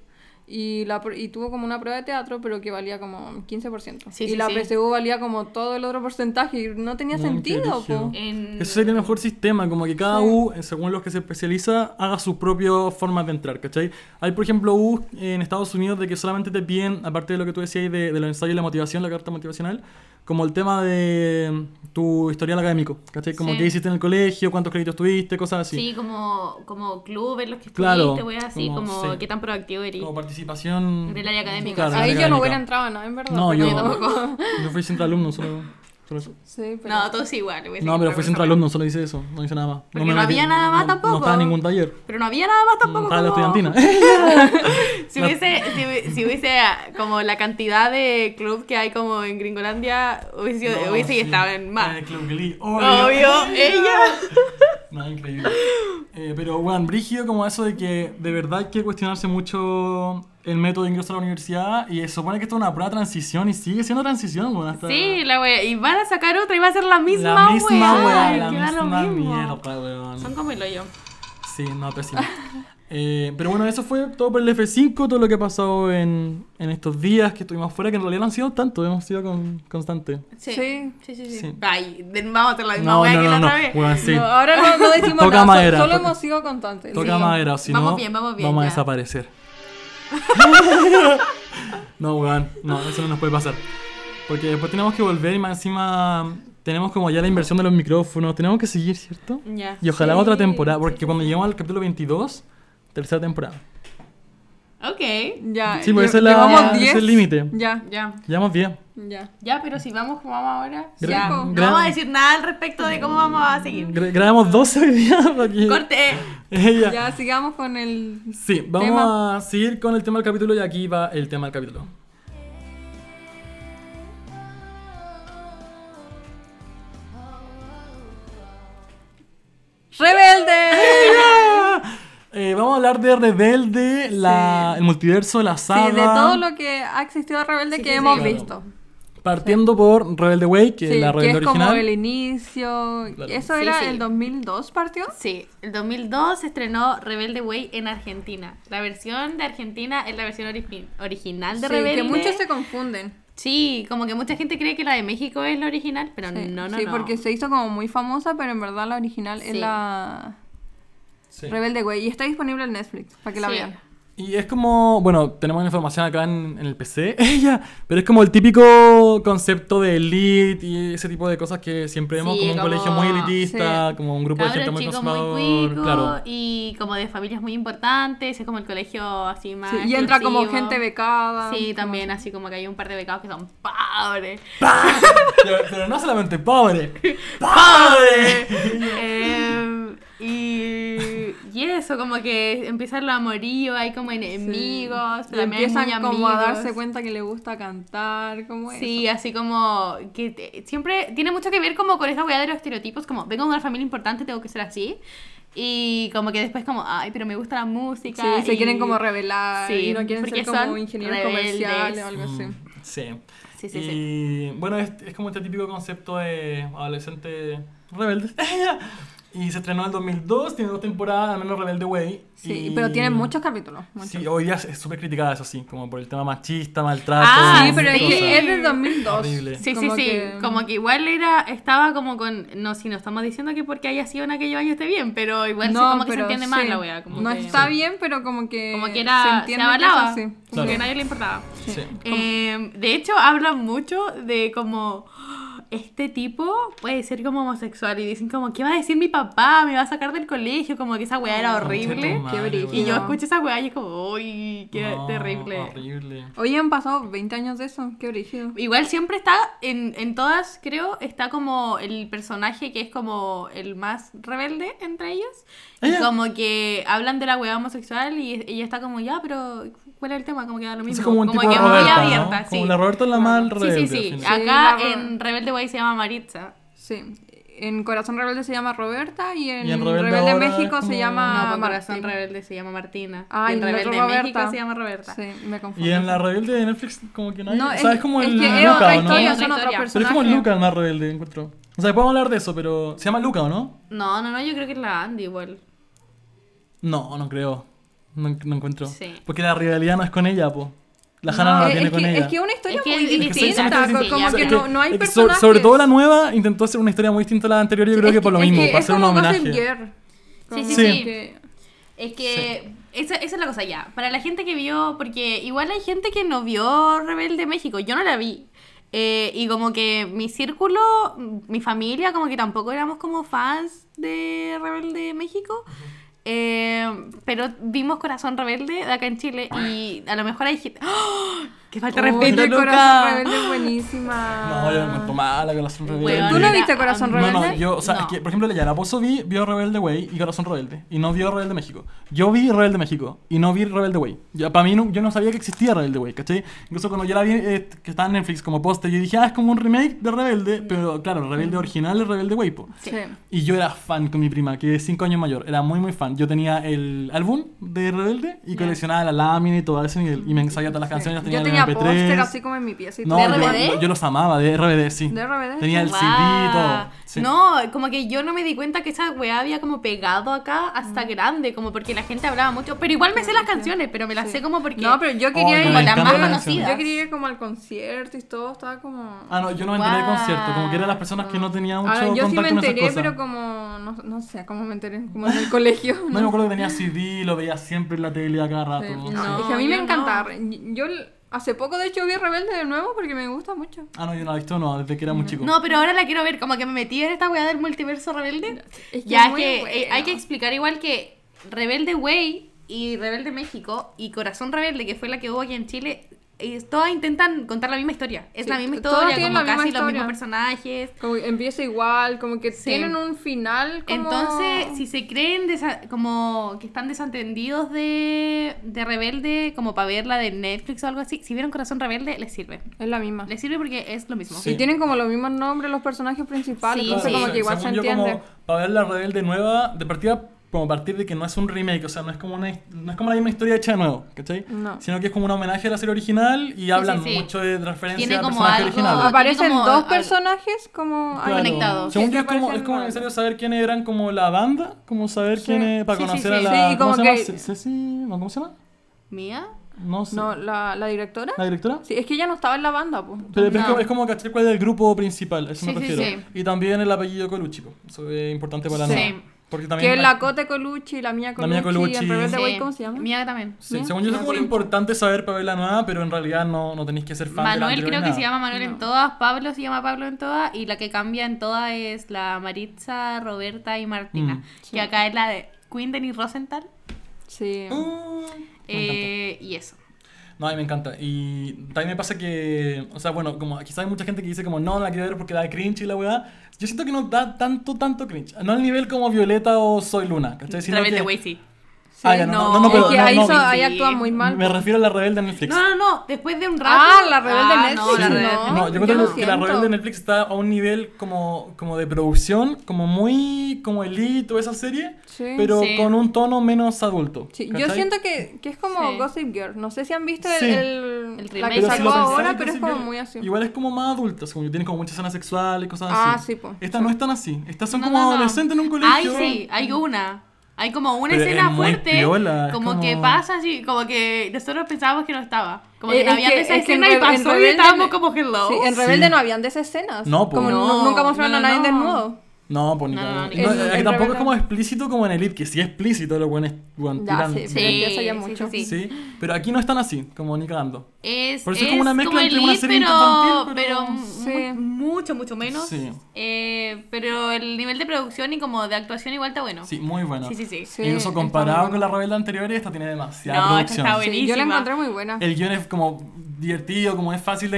S2: y, la, pr- y tuvo como una prueba de teatro, pero que valía como 15%.
S1: Sí,
S2: y
S1: sí,
S2: la
S1: sí.
S2: PSU valía como todo el otro porcentaje y no tenía
S3: No, qué
S2: sentido. po.
S3: brígido.
S1: En-
S3: Eso sería el mejor sistema, como que cada U, eh, según los que se especializa, haga su propia forma de entrar, ¿cachai? Hay, por ejemplo, U en Estados Unidos de que solamente te piden, aparte de lo que tú decías de, de los ensayos y la motivación, la carta motivacional, como el tema de mm, tu historial académico, ¿cachai? Como
S1: Sí.
S3: qué hiciste en el colegio, cuántos créditos tuviste, cosas así.
S1: Sí, como, como clubes, los que
S3: Claro,
S1: estuviste, weas así, como,
S3: como- sí.
S1: qué tan proactivo eres.
S3: Como participación...
S1: Del área académica.
S3: Claro, del
S2: Ahí
S3: área
S2: yo no
S3: académica.
S2: hubiera entrado a nada, en verdad.
S3: No,
S2: porque
S3: yo
S2: tampoco-
S3: Yo fui centro alumno, solo, solo eso.
S2: Sí, pero...
S1: No, todos igual. hubiese
S3: No,
S1: sido
S3: pero fui
S1: profesor.
S3: centro alumno, solo hice eso, no hice nada más.
S1: Porque
S3: me
S1: no había
S3: metí-
S1: nada más
S3: no-
S1: tampoco.
S3: No estaba en ningún taller.
S1: Pero no había nada más tampoco.
S3: Estaba en Ah, la
S1: como-
S3: estudiantina.
S1: <laughs>
S3: ¿eh?
S1: Si hubiese, si, hubi- si hubiese ah, como la cantidad de club que hay como en Gringolandia, hubiese, sido-
S3: <laughs> No,
S1: hubiese
S3: sí. Eh,
S1: estado en
S3: En
S1: más.
S3: el Club Glee,
S1: Obvio, ella.
S3: <laughs> No, increíble. Eh, pero, bueno, brígido como eso de que de verdad hay que cuestionarse mucho el método de ingreso a la universidad y se supone que esto es una prueba de transición y sigue siendo transición, bueno, hasta...
S1: Sí, la wea. Y van a sacar otra y va a ser la misma
S3: la misma
S1: wea.
S3: wea,
S1: Ay,
S3: la
S1: que da lo
S3: misma
S1: mismo.
S3: mierda, weón.
S1: Son como el hoyo.
S3: Sí, no, pésimo. Eh, pero bueno, eso fue todo por el F5, todo lo que ha pasado en, en estos días que estuvimos fuera, que en realidad no han sido tanto, hemos sido con, constantes.
S1: Sí. Sí,
S2: Sí.
S1: sí, sí.
S3: Sí.
S1: Ay, de- vamos a hacer la misma
S3: No,
S1: wea
S3: no,
S1: que la
S3: no, no,
S1: otra vez.
S3: weón, sí.
S2: No, ahora no, no
S3: <laughs>
S2: decimos
S3: Toca
S2: nada, so-
S3: madera,
S2: solo
S3: toca-
S2: hemos sido constantes.
S3: Toca
S1: Sí.
S3: madera, o si
S1: Vamos
S3: no,
S1: bien, vamos bien,
S3: vamos a
S1: ya. <laughs>
S3: desaparecer. no, weón, no, eso no nos puede pasar. Porque después tenemos que volver y más encima tenemos como ya la inversión de los micrófonos, tenemos que seguir, ¿cierto?
S1: Ya.
S3: Y ojalá otra
S2: Sí,
S3: temporada, porque cuando llegamos al capítulo 22, tercera temporada.
S1: Ok.
S2: Ya,
S3: Sí, pues
S2: lle-
S3: ese es la-
S2: llevamos
S3: ese es
S2: 10.
S3: el límite.
S2: Ya,
S1: Ya.
S3: Llevamos bien.
S2: ya.
S1: Ya, pero si vamos como vamos ahora,
S3: Gra-
S1: ya.
S3: gra-
S1: No vamos a decir nada al respecto de cómo vamos a seguir.
S3: Gra- grabamos 12 hoy día porque...
S1: Corte.
S3: <laughs> Ella-
S2: Ya, sigamos con el...
S3: Sí, vamos
S2: Tema.
S3: a seguir con el tema del capítulo y aquí va el tema del capítulo. <laughs>
S2: ¡Rebelde!
S3: Eh, vamos a hablar de Rebelde, la, el multiverso, la saga.
S2: Sí, de todo lo que ha existido de Rebelde
S1: Sí,
S2: que
S1: sí,
S2: hemos
S3: sí.
S2: visto.
S3: Partiendo por Rebelde Way, que
S2: Sí,
S3: es la
S2: que es
S3: rebelde
S2: como
S3: original.
S2: el inicio.
S3: Claro.
S2: Eso
S1: Sí,
S2: era
S1: sí.
S2: el 2002 partió.
S1: Sí, el 2002 se estrenó Rebelde Way en Argentina. La versión de Argentina es la versión ori- original de
S2: Sí,
S1: Rebelde.
S2: que muchos se confunden.
S1: Sí, como que mucha gente cree que la de México es la original, pero
S2: sí,
S1: no, no,
S2: sí,
S1: no.
S2: porque se hizo como muy famosa, pero en verdad la original es
S1: Sí.
S2: la
S3: Sí.
S2: Rebelde Way. Y está disponible en Netflix para que la
S1: Sí.
S2: vean.
S3: Y es como, bueno, tenemos la información acá en, en el PC, <laughs> ella, pero es como el típico concepto de elite y ese tipo de cosas que siempre vemos,
S1: Sí,
S3: como un
S1: como-
S3: colegio muy elitista,
S2: sí.
S3: como un grupo de gente
S1: Cabros
S3: muy
S1: chicos
S3: conservador,
S1: muy cuicos
S2: <laughs>
S3: claro.
S1: y como de familias muy importantes, es como el colegio así más
S2: Sí, y entra como
S1: exclusivo.
S2: gente becada.
S1: Sí,
S2: como-
S1: también así como que hay un par de becados que son pobres.
S3: ¡Ah! Pero, pero no solamente
S2: <laughs>
S3: pobre, pobre.
S1: Eh, Em, y, y eso, como que empieza el amorío, hay como enemigos, también
S2: Y
S1: hay muy
S2: empiezan como a
S1: amigos.
S2: darse cuenta que le gusta cantar, como
S1: Sí, así como que te- siempre tiene mucho que ver como con esa weá de los estereotipos, como vengo de una familia importante, tengo que ser así. Y como que después como, ay, pero me gusta la música.
S2: eso. Sí, se
S1: y-
S2: quieren como revelar
S1: Sí,
S2: y no quieren
S1: porque
S2: ser como
S1: son
S2: ingenieros
S1: rebeldes.
S2: comerciales o algo así.
S3: Mm, sí.
S1: Sí, sí,
S3: y,
S1: sí.
S3: Bueno, es, es como este típico concepto de adolescente rebelde. <laughs> y se estrenó en el 2002, tiene dos temporadas, al menos Rebelde Way.
S2: Sí,
S3: y-
S2: pero tienen muchos capítulos. muchos.
S3: Sí, hoy día es súper criticada, eso sí, como por el tema machista, maltrato.
S1: Ah,
S2: Sí, pero es
S3: cosas.
S2: que es de 2002.
S3: Horrible.
S1: Sí,
S2: Como
S1: sí, sí.
S2: que-
S1: Como que igual era, estaba como con. No, si no estamos diciendo que porque haya sido en aquellos años esté bien, pero igual sí, como que se
S2: pero
S1: entiende mal
S2: sí.
S1: la wea. Como
S2: no
S1: que,
S2: está bien, pero como que.
S1: Como que era. Eh, Se,
S2: entiende que es
S1: avalaba.
S2: así.
S1: Como
S3: Claro.
S1: que a nadie le importaba.
S3: Sí.
S1: Eh, de hecho, hablan mucho de como. Este tipo puede ser como homosexual y dicen como, ¿qué va a decir mi papá? Me va a sacar del colegio, como que esa weá era
S3: Concha tu
S1: horrible.
S3: madre,
S2: Qué brillo.
S3: güey.
S1: Y yo
S2: No.
S1: escucho esa weá y es como, uy, qué
S3: No,
S1: terrible.
S3: Horrible.
S2: Hoy han pasado 20 años de eso, qué brígido.
S1: Igual siempre está, en, en todas creo, está como el personaje que es como el más rebelde entre ellos. Y
S3: Ella-
S1: como que hablan de la hueá homosexual y es- ella está como, ya, pero ¿cuál es el tema? Como que da lo
S3: Es
S1: mismo.
S3: como un tipo
S1: que
S3: de Roberta,
S1: muy abierta,
S3: ¿no?
S1: sí.
S3: Como la Roberta es la mal rebelde.
S1: sí,
S3: al
S1: sí, sí.
S3: final.
S2: Sí,
S1: Acá
S2: la Ro-
S1: en Rebelde Way se llama Maritza.
S2: Sí. En Corazón Rebelde se llama Roberta y en,
S3: Y en Rebelde
S2: Rebelde,
S3: ahora
S2: México
S3: es como-
S2: se llama.
S1: no, por Corazón
S2: Martín.
S1: Rebelde se llama Martina.
S2: Ah,
S1: y en
S2: y el otro
S1: Rebelde
S2: Roberta.
S1: México se llama Roberta.
S2: Sí, me confundo.
S3: Y en la rebelde de Netflix, como que nadie.
S2: No,
S3: o
S2: es,
S3: sea, es como
S2: es
S3: el
S2: que es
S3: Luca,
S2: otra historia,
S3: ¿o no?
S1: otra
S2: son otros
S1: historia.
S3: Pero es
S2: personajes.
S3: como el Luca el más rebelde, encuentro. O sea, podemos hablar de eso, pero. ¿Se llama Luca o no?
S1: No, no, no, yo creo que es la Andy igual.
S3: No, no creo. No, no encuentro.
S1: Sí.
S3: Porque la rivalidad no es con ella, po. La Hannah no,
S2: No,
S3: la
S2: es,
S3: tiene
S2: es
S3: con
S2: que,
S3: ella.
S2: es que una historia
S1: Es que
S2: muy
S1: es
S2: distinta,
S1: distinta,
S2: co-
S1: sí,
S2: como
S1: ya.
S2: que
S1: Es
S2: no, no hay
S3: es que so-
S2: personajes.
S3: sobre todo la nueva intentó hacer una historia muy distinta a la anterior, yo creo
S2: Es
S3: que, por lo
S2: es
S3: mismo, para
S2: es
S3: hacer un
S2: como Gossip
S3: homenaje.
S2: Girl.
S1: Sí,
S2: Como
S3: sí,
S2: que-
S1: sí. Es
S3: Sí.
S1: que esa, esa es la cosa ya. Para la gente que vio, porque igual hay gente que no vio Rebelde México, yo no la vi. Eh, y como que mi círculo, m- mi familia, como que tampoco éramos como fans de Rebelde México. Eh, pero vimos Corazón Rebelde de acá en Chile y a lo mejor hay gente... ¡Oh! ¡Qué falta de
S2: Uy,
S1: respeto,
S2: de Corazón
S1: Luca!
S2: Rebelde es buenísima.
S3: No, yo la encuentro mala con la rebelde.
S1: Weón,
S2: ¿Tú la
S1: era-
S2: viste Corazón
S3: No,
S2: Rebelde?
S3: no, yo, o sea, es
S1: No.
S3: que, por ejemplo, la Yara Pozo vi, vio Rebelde Way y Corazón Rebelde. Y no vio Rebelde México. Yo vi Rebelde México y no vi Rebelde Way. Para mí, no- yo no sabía que existía Rebelde Way, ¿cachai? Incluso cuando yo la vi, eh, que estaba en Netflix como poste, yo dije, ah, es como un remake de Rebelde. Pero claro, Rebelde original es Rebelde Way, po.
S2: Sí.
S3: Y yo era fan con mi prima, que es 5 años mayor. Era muy, muy fan. Yo tenía el álbum de Rebelde y coleccionaba la lámina y todo a ese nivel. Y me ensayaba todas las canciones.
S2: Yo
S3: el
S2: tenía
S3: MP3.
S2: póster así como en mi pieza y
S3: No,
S2: todo.
S1: ¿De
S3: yo-
S1: RBD?
S3: Yo, los amaba, de RBD, sí.
S2: ¿De RBD?
S3: Tenía el CD
S1: Guau.
S3: y todo. Sí.
S1: No, como que yo no me di cuenta que esa weá había como pegado acá hasta grande, como porque la gente hablaba mucho. Pero igual me sé las canciones, pero me las sé como porque.
S2: No, pero yo
S3: Oh,
S2: quería ir
S3: como
S1: las
S3: me encantan
S1: más
S3: las canciones.
S1: conocidas.
S2: Yo quería ir como al concierto y todo, estaba como...
S3: Ah, no, yo no me enteré del
S1: Guau.
S3: concierto. Como que eran las personas que no tenían mucho
S2: Ah, yo
S3: contacto
S2: sí me
S3: en esas
S2: enteré,
S3: cosas.
S2: pero como... No, no sé, cómo me enteré, como en el <laughs> colegio.
S3: No, yo me acuerdo que tenía CD, lo veía siempre en la tele a cada rato.
S2: Sí.
S3: Sí.
S1: No,
S2: es que a mí me
S1: yo
S2: encantaba. Yo hace poco, de hecho, vi Rebelde de nuevo porque me gusta mucho.
S3: Ah, no, yo no la he visto, no, desde que
S2: Mm.
S3: era muy chico.
S1: No, pero ahora la quiero ver, como que me metí en esta weá del multiverso rebelde.
S2: Es que
S1: ya
S2: es
S1: es
S2: muy
S1: que eh, hay
S2: bueno.
S1: que explicar igual que Rebelde Way y Rebelde México y Corazón Rebelde, que fue la que hubo aquí en Chile, eh, todas intentan contar la misma historia. Es
S2: Sí,
S1: la misma
S2: t- todas
S1: historia,
S2: tienen
S1: como
S2: la misma
S1: casi los
S2: historia.
S1: mismos personajes.
S2: Como que empieza igual, como que
S1: Sí.
S2: tienen un final como...
S1: Entonces, si se creen desa- como que están desatendidos de, de Rebelde, como para verla de Netflix o algo así, si vieron Corazón Rebelde, les sirve.
S2: Es la misma.
S1: Les sirve porque es lo mismo.
S3: Sí.
S2: Y tienen como los mismos nombres los personajes principales,
S1: Sí,
S2: entonces
S1: sí.
S2: como que igual se
S3: Según
S2: entiende.
S3: yo, como para ver la rebelde nueva, de partida, como a partir de que no es un remake, o sea, no es como, una, no es como la misma historia hecha de nuevo, ¿cachai?
S2: No.
S3: Sino que es como un homenaje a la serie original y hablan
S1: sí, sí.
S3: mucho de referencia
S1: Tiene
S3: a
S1: como
S3: personajes
S1: algo-
S3: originales.
S2: Aparecen
S1: como
S2: dos
S1: al-
S2: personajes como
S3: Claro.
S2: ahí.
S1: conectados.
S3: Según
S2: Sí,
S3: yo es como, es
S2: aparecen
S3: como
S2: nuevos.
S3: necesario saber quiénes eran como la banda, como saber
S2: Sí.
S3: quiénes, para
S1: Sí, sí,
S3: conocer
S1: sí.
S3: a la...
S2: Sí, y
S3: ¿Cómo se
S2: como
S3: llama?
S2: que-
S3: Ce- Ceci, no, ¿cómo se llama?
S1: ¿Mía?
S3: No sé.
S2: No, la, la directora.
S3: ¿La directora?
S2: Sí, es que ella no estaba en la banda, pues.
S3: Pero es
S1: No.
S3: como- es como cachar cuál es el grupo principal, a eso me
S1: Sí, sí,
S3: refiero.
S1: sí.
S3: Y también el apellido Colucci, po. eso es importante para
S1: Sí.
S3: la nueva. Porque también
S2: Que es
S3: hay-
S2: la Cote Colucci, la Mía
S3: La
S2: Colucci,
S3: Mía
S2: y
S3: Colucci.
S2: el rebelde
S1: Sí.
S2: güey, ¿cómo se llama?
S1: Mía también.
S3: Sí,
S2: ¿Ya?
S3: según yo eso
S2: Ya,
S3: es como lo
S2: sí.
S3: importante saber para ver la nueva, pero en realidad no, no tenéis que ser fan de la
S1: Manuel
S3: anterior
S1: creo
S3: ni
S1: que
S3: nada.
S1: se llama Manuel en todas, Pablo se llama Pablo en todas y la que cambia en todas es la Maritza, Roberta y Martina.
S3: Mm.
S1: Que acá es la de Quinden y Rosenthal.
S2: Sí.
S3: Mm. Me encanta.
S1: Eh, y eso.
S3: No, a mí me encanta. Y también me pasa que, o sea, bueno, como quizás hay mucha gente que dice como no, no la quiero ver porque da cringe y la weá. Yo siento que no da tanto, tanto cringe. No al nivel como Violeta o Soy Luna, ¿cachai? Sino
S1: Rebelde
S3: que-
S1: Way sí.
S3: Ah, ya, no, no, no, no,
S2: Es
S3: pero
S2: que
S3: no,
S2: ahí,
S3: no,
S2: so-
S3: vi.
S2: ahí actúa muy mal.
S3: Me refiero a la rebelde de Netflix.
S1: No, no, no, después de un rato.
S2: Ah, la rebelde
S1: Ah,
S2: Netflix.
S1: No, la rebelde.
S2: no,
S3: No, yo
S2: yo
S3: creo
S2: lo
S3: que la
S2: siento.
S3: rebelde de Netflix está a un nivel como, como de producción, como muy como elite o esa serie,
S2: Sí.
S3: pero
S1: Sí.
S3: con un tono menos adulto.
S2: Sí, yo
S3: ¿cachai?
S2: siento que, que es como
S1: Sí.
S2: Gossip Girl. No sé si han visto el,
S3: Sí.
S2: el-
S1: El remake.
S2: la que
S3: Pero si
S2: sacó
S3: lo pensáis,
S2: ahora, pero es
S3: Gossip
S2: como
S3: Girl
S2: muy así.
S3: Igual es como más adulta, según yo, tiene como muchas escenas sexuales y cosas
S2: Ah,
S3: así.
S2: sí, po.
S3: Estas no están así. Estas son
S1: No,
S3: como
S1: no, no.
S3: adolescentes en un colegio.
S1: Ay, sí, hay una. Hay como una
S3: Pero
S1: escena
S3: es muy
S1: fuerte.
S3: piola, es
S1: como,
S3: como-
S1: que pasa así, como que nosotros pensábamos que no estaba. Como
S2: Eh,
S1: que no
S2: es
S1: había
S2: que-
S1: esa
S2: es que en
S1: escena y
S2: Re- en
S1: pasó y
S2: Rebelde-
S1: estábamos como hello.
S2: Sí, eh, en
S3: Sí.
S2: Rebelde no habían de esas escenas.
S3: No, po.
S2: Como
S3: No,
S2: nu- nunca mostraron
S1: no,
S2: a nadie
S1: no.
S2: desnudo.
S3: No, pues ni
S1: No, no,
S3: cagando.
S1: ni
S3: Y no,
S2: cagando.
S3: es que
S2: En
S3: tampoco
S2: Rebelde-
S3: es como explícito como en Elite, que sí es explícito lo bueno es bueno,
S2: Ya,
S3: tiran-
S2: sí, sí,
S1: Sí,
S2: eso ya
S1: sí,
S2: mucho.
S1: sí, sí.
S3: Sí, pero aquí no están así, como ni cagando.
S1: Es,
S3: Por eso es como una mezcla entre una serie
S1: pero,
S3: infantil, pero-
S1: pero mu-
S2: Sí.
S1: mucho, mucho menos.
S3: Sí.
S1: Eh, pero el nivel de producción y como de actuación igual está bueno.
S3: Sí, muy bueno.
S1: sí, sí. sí.
S2: Sí,
S3: Incluso
S2: está
S3: comparado
S2: muy
S3: con la rebelde anterior, esta tiene demasiada
S1: No, esta
S3: producción.
S1: está
S2: Sí, yo la
S1: buenísima.
S2: encontré muy buena.
S3: El guión es como divertido, como es fácil de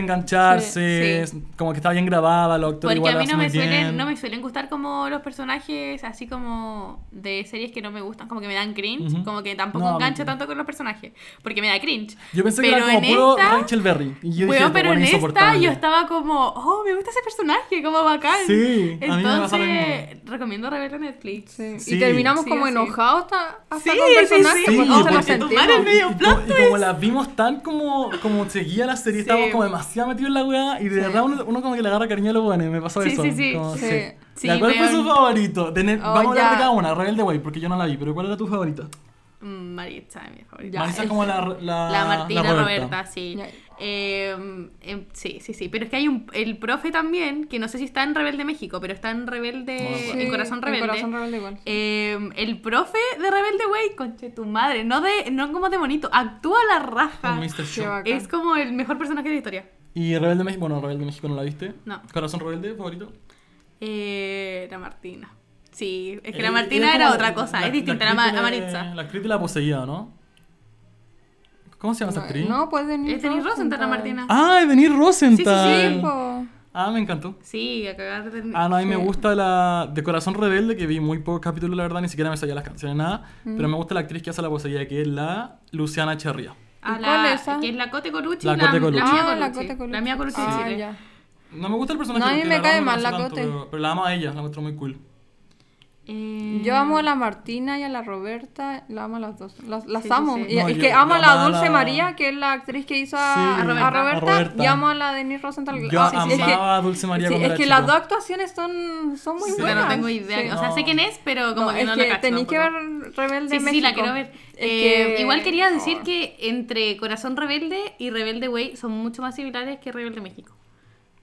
S3: engancharse,
S1: Sí,
S3: es como que está bien grabada, los actores
S1: Porque
S3: igual
S1: a
S3: lo
S1: mí no
S3: hacen
S1: me,
S3: muy
S1: suelen,
S3: bien.
S1: no me suelen gustar como los personajes así como de series que no me gustan, como que me dan cringe,
S3: Ujú.
S1: como que tampoco
S3: No, a mí
S1: engancho
S3: no.
S1: tanto con los personajes, porque me da cringe.
S3: Yo pensé
S1: Pero
S3: que era
S1: en
S3: como puro
S1: esta-
S3: Rachel Berry. Y yo
S1: Weón,
S3: dije,
S1: pero
S3: "Bueno,
S1: en esta
S3: insoportable".
S1: yo estaba como, oh, me gusta ese personaje, como bacán.
S3: Sí, a mí me pasa lo
S1: Entonces, recomiendo Reverla Netflix.
S2: Sí.
S3: Sí.
S2: Y terminamos
S1: Sí,
S2: como
S1: sí.
S2: enojados hasta, hasta
S1: Sí,
S2: con
S1: sí,
S2: personajes
S1: sí.
S2: porque
S3: Sí,
S2: no se
S3: porque
S2: los
S3: tu
S2: sentimos.
S1: madre me- medio
S3: Y,
S1: plot
S3: co- y como las vimos tan como, como seguía la serie,
S1: Sí.
S3: estábamos como demasiado metidos en la weá. Y de
S2: Sí.
S3: verdad uno, uno como que le agarra cariño a los buenos. Me pasó
S1: Sí,
S3: eso.
S1: sí, sí.
S3: como-
S2: Sí.
S1: Sí,
S3: ¿La cuál fue
S1: weón.
S3: su favorito? De Net-
S2: Oh,
S3: Vamos a hablar de
S2: ya.
S3: cada una. Rebelde Way, porque yo no la vi. Pero ¿cuál era tu favorita?
S1: Mm, Maritza, mi favorita.
S2: Ya,
S3: Marisa
S2: es-
S3: como la, la,
S1: La Martina
S3: la
S1: Roberta. sí.
S2: Ya.
S1: Eh, eh, sí, sí, sí. Pero es que hay un, el profe también, que no sé si está en Rebelde México, pero está en Rebelde,
S3: No me acuerdo.
S2: Sí,
S1: en Corazón Rebelde.
S2: En corazón rebelde igual.
S1: Eh, el profe de Rebelde Way, conche tu madre, no de no como de bonito, actúa la raja.
S3: Un Mr.
S2: Qué
S3: Show.
S2: bacán.
S1: Es como el mejor personaje de la historia.
S3: Y Rebelde México, bueno, Rebelde México no la viste.
S1: No.
S3: Corazón Rebelde, favorito.
S1: Eh, la Martina. Sí, es que la
S3: Eh,
S1: Martina era
S3: como
S1: otra cosa,
S3: la-
S1: es distinta a la,
S3: actriz
S1: Ma- a
S3: de-
S1: Maritza.
S3: La actriz de la poseída, ¿no? ¿Cómo se llama esa
S2: No,
S3: actriz?
S2: No, pues Denis
S1: Es Denis Rosenthal la Martina.
S3: Ah, es Denise Rosenthal.
S2: Sí, po.
S3: Ah, me encantó.
S1: Sí, a cagar de...
S3: Ah, no, a mí me gusta la de Corazón Rebelde, que vi muy pocos capítulos, la verdad, ni siquiera me sabía las canciones, nada.
S2: Mm.
S3: Pero me gusta la actriz que hace la poseída, que es la Luciana Cherria.
S1: a
S2: ¿Y
S1: la,
S2: cuál es esa?
S1: Que es la Cote Colucci.
S3: La
S1: y
S3: Cote Colucci.
S1: La mía
S2: Ah, la
S1: Colucci.
S2: Cote Colucci.
S1: La mía Colucci.
S2: Ah,
S1: sí.
S2: ya.
S3: No me gusta el personaje.
S2: No, a mí
S3: porque
S2: me
S3: la verdad
S2: cae
S3: no
S2: mal
S3: sé
S2: la
S3: tanto,
S2: Cote.
S3: Pero, pero la amo a ella, la encuentro muy cool.
S1: Eh,
S2: Yo amo a la Martina y a la Roberta, la amo a las dos, las, las
S1: Sí, sí,
S2: amo.
S1: sí.
S2: Y
S3: No,
S2: es
S3: yo-
S2: que amo a
S3: yo amaba
S2: la Dulce
S3: la-
S2: María, que es la actriz que hizo a,
S3: Sí,
S2: a
S3: a
S2: Roberta,
S3: Roberta.
S2: y amo a la Denise Rosenthal.
S3: Yo
S2: Ah,
S1: sí,
S3: amaba
S1: sí, sí.
S3: a Dulce María
S2: Sí,
S3: cuando
S2: es
S3: era
S2: que las
S3: chico.
S2: dos actuaciones son, son muy
S3: Sí.
S1: Yo
S2: buenas.
S1: no tengo idea.
S2: Sí.
S1: O sea,
S3: No.
S1: sé quién es, pero como
S2: No,
S1: que
S2: es
S1: no
S2: que
S1: la cacho
S2: tenéis que ver
S1: tampoco.
S2: Rebelde
S1: Sí, sí, sí,
S2: México.
S1: la quiero ver.
S2: Es
S1: Eh,
S2: que-
S1: Igual quería decir
S2: Oh.
S1: que entre Corazón Rebelde y Rebelde Way son mucho más similares que Rebelde México.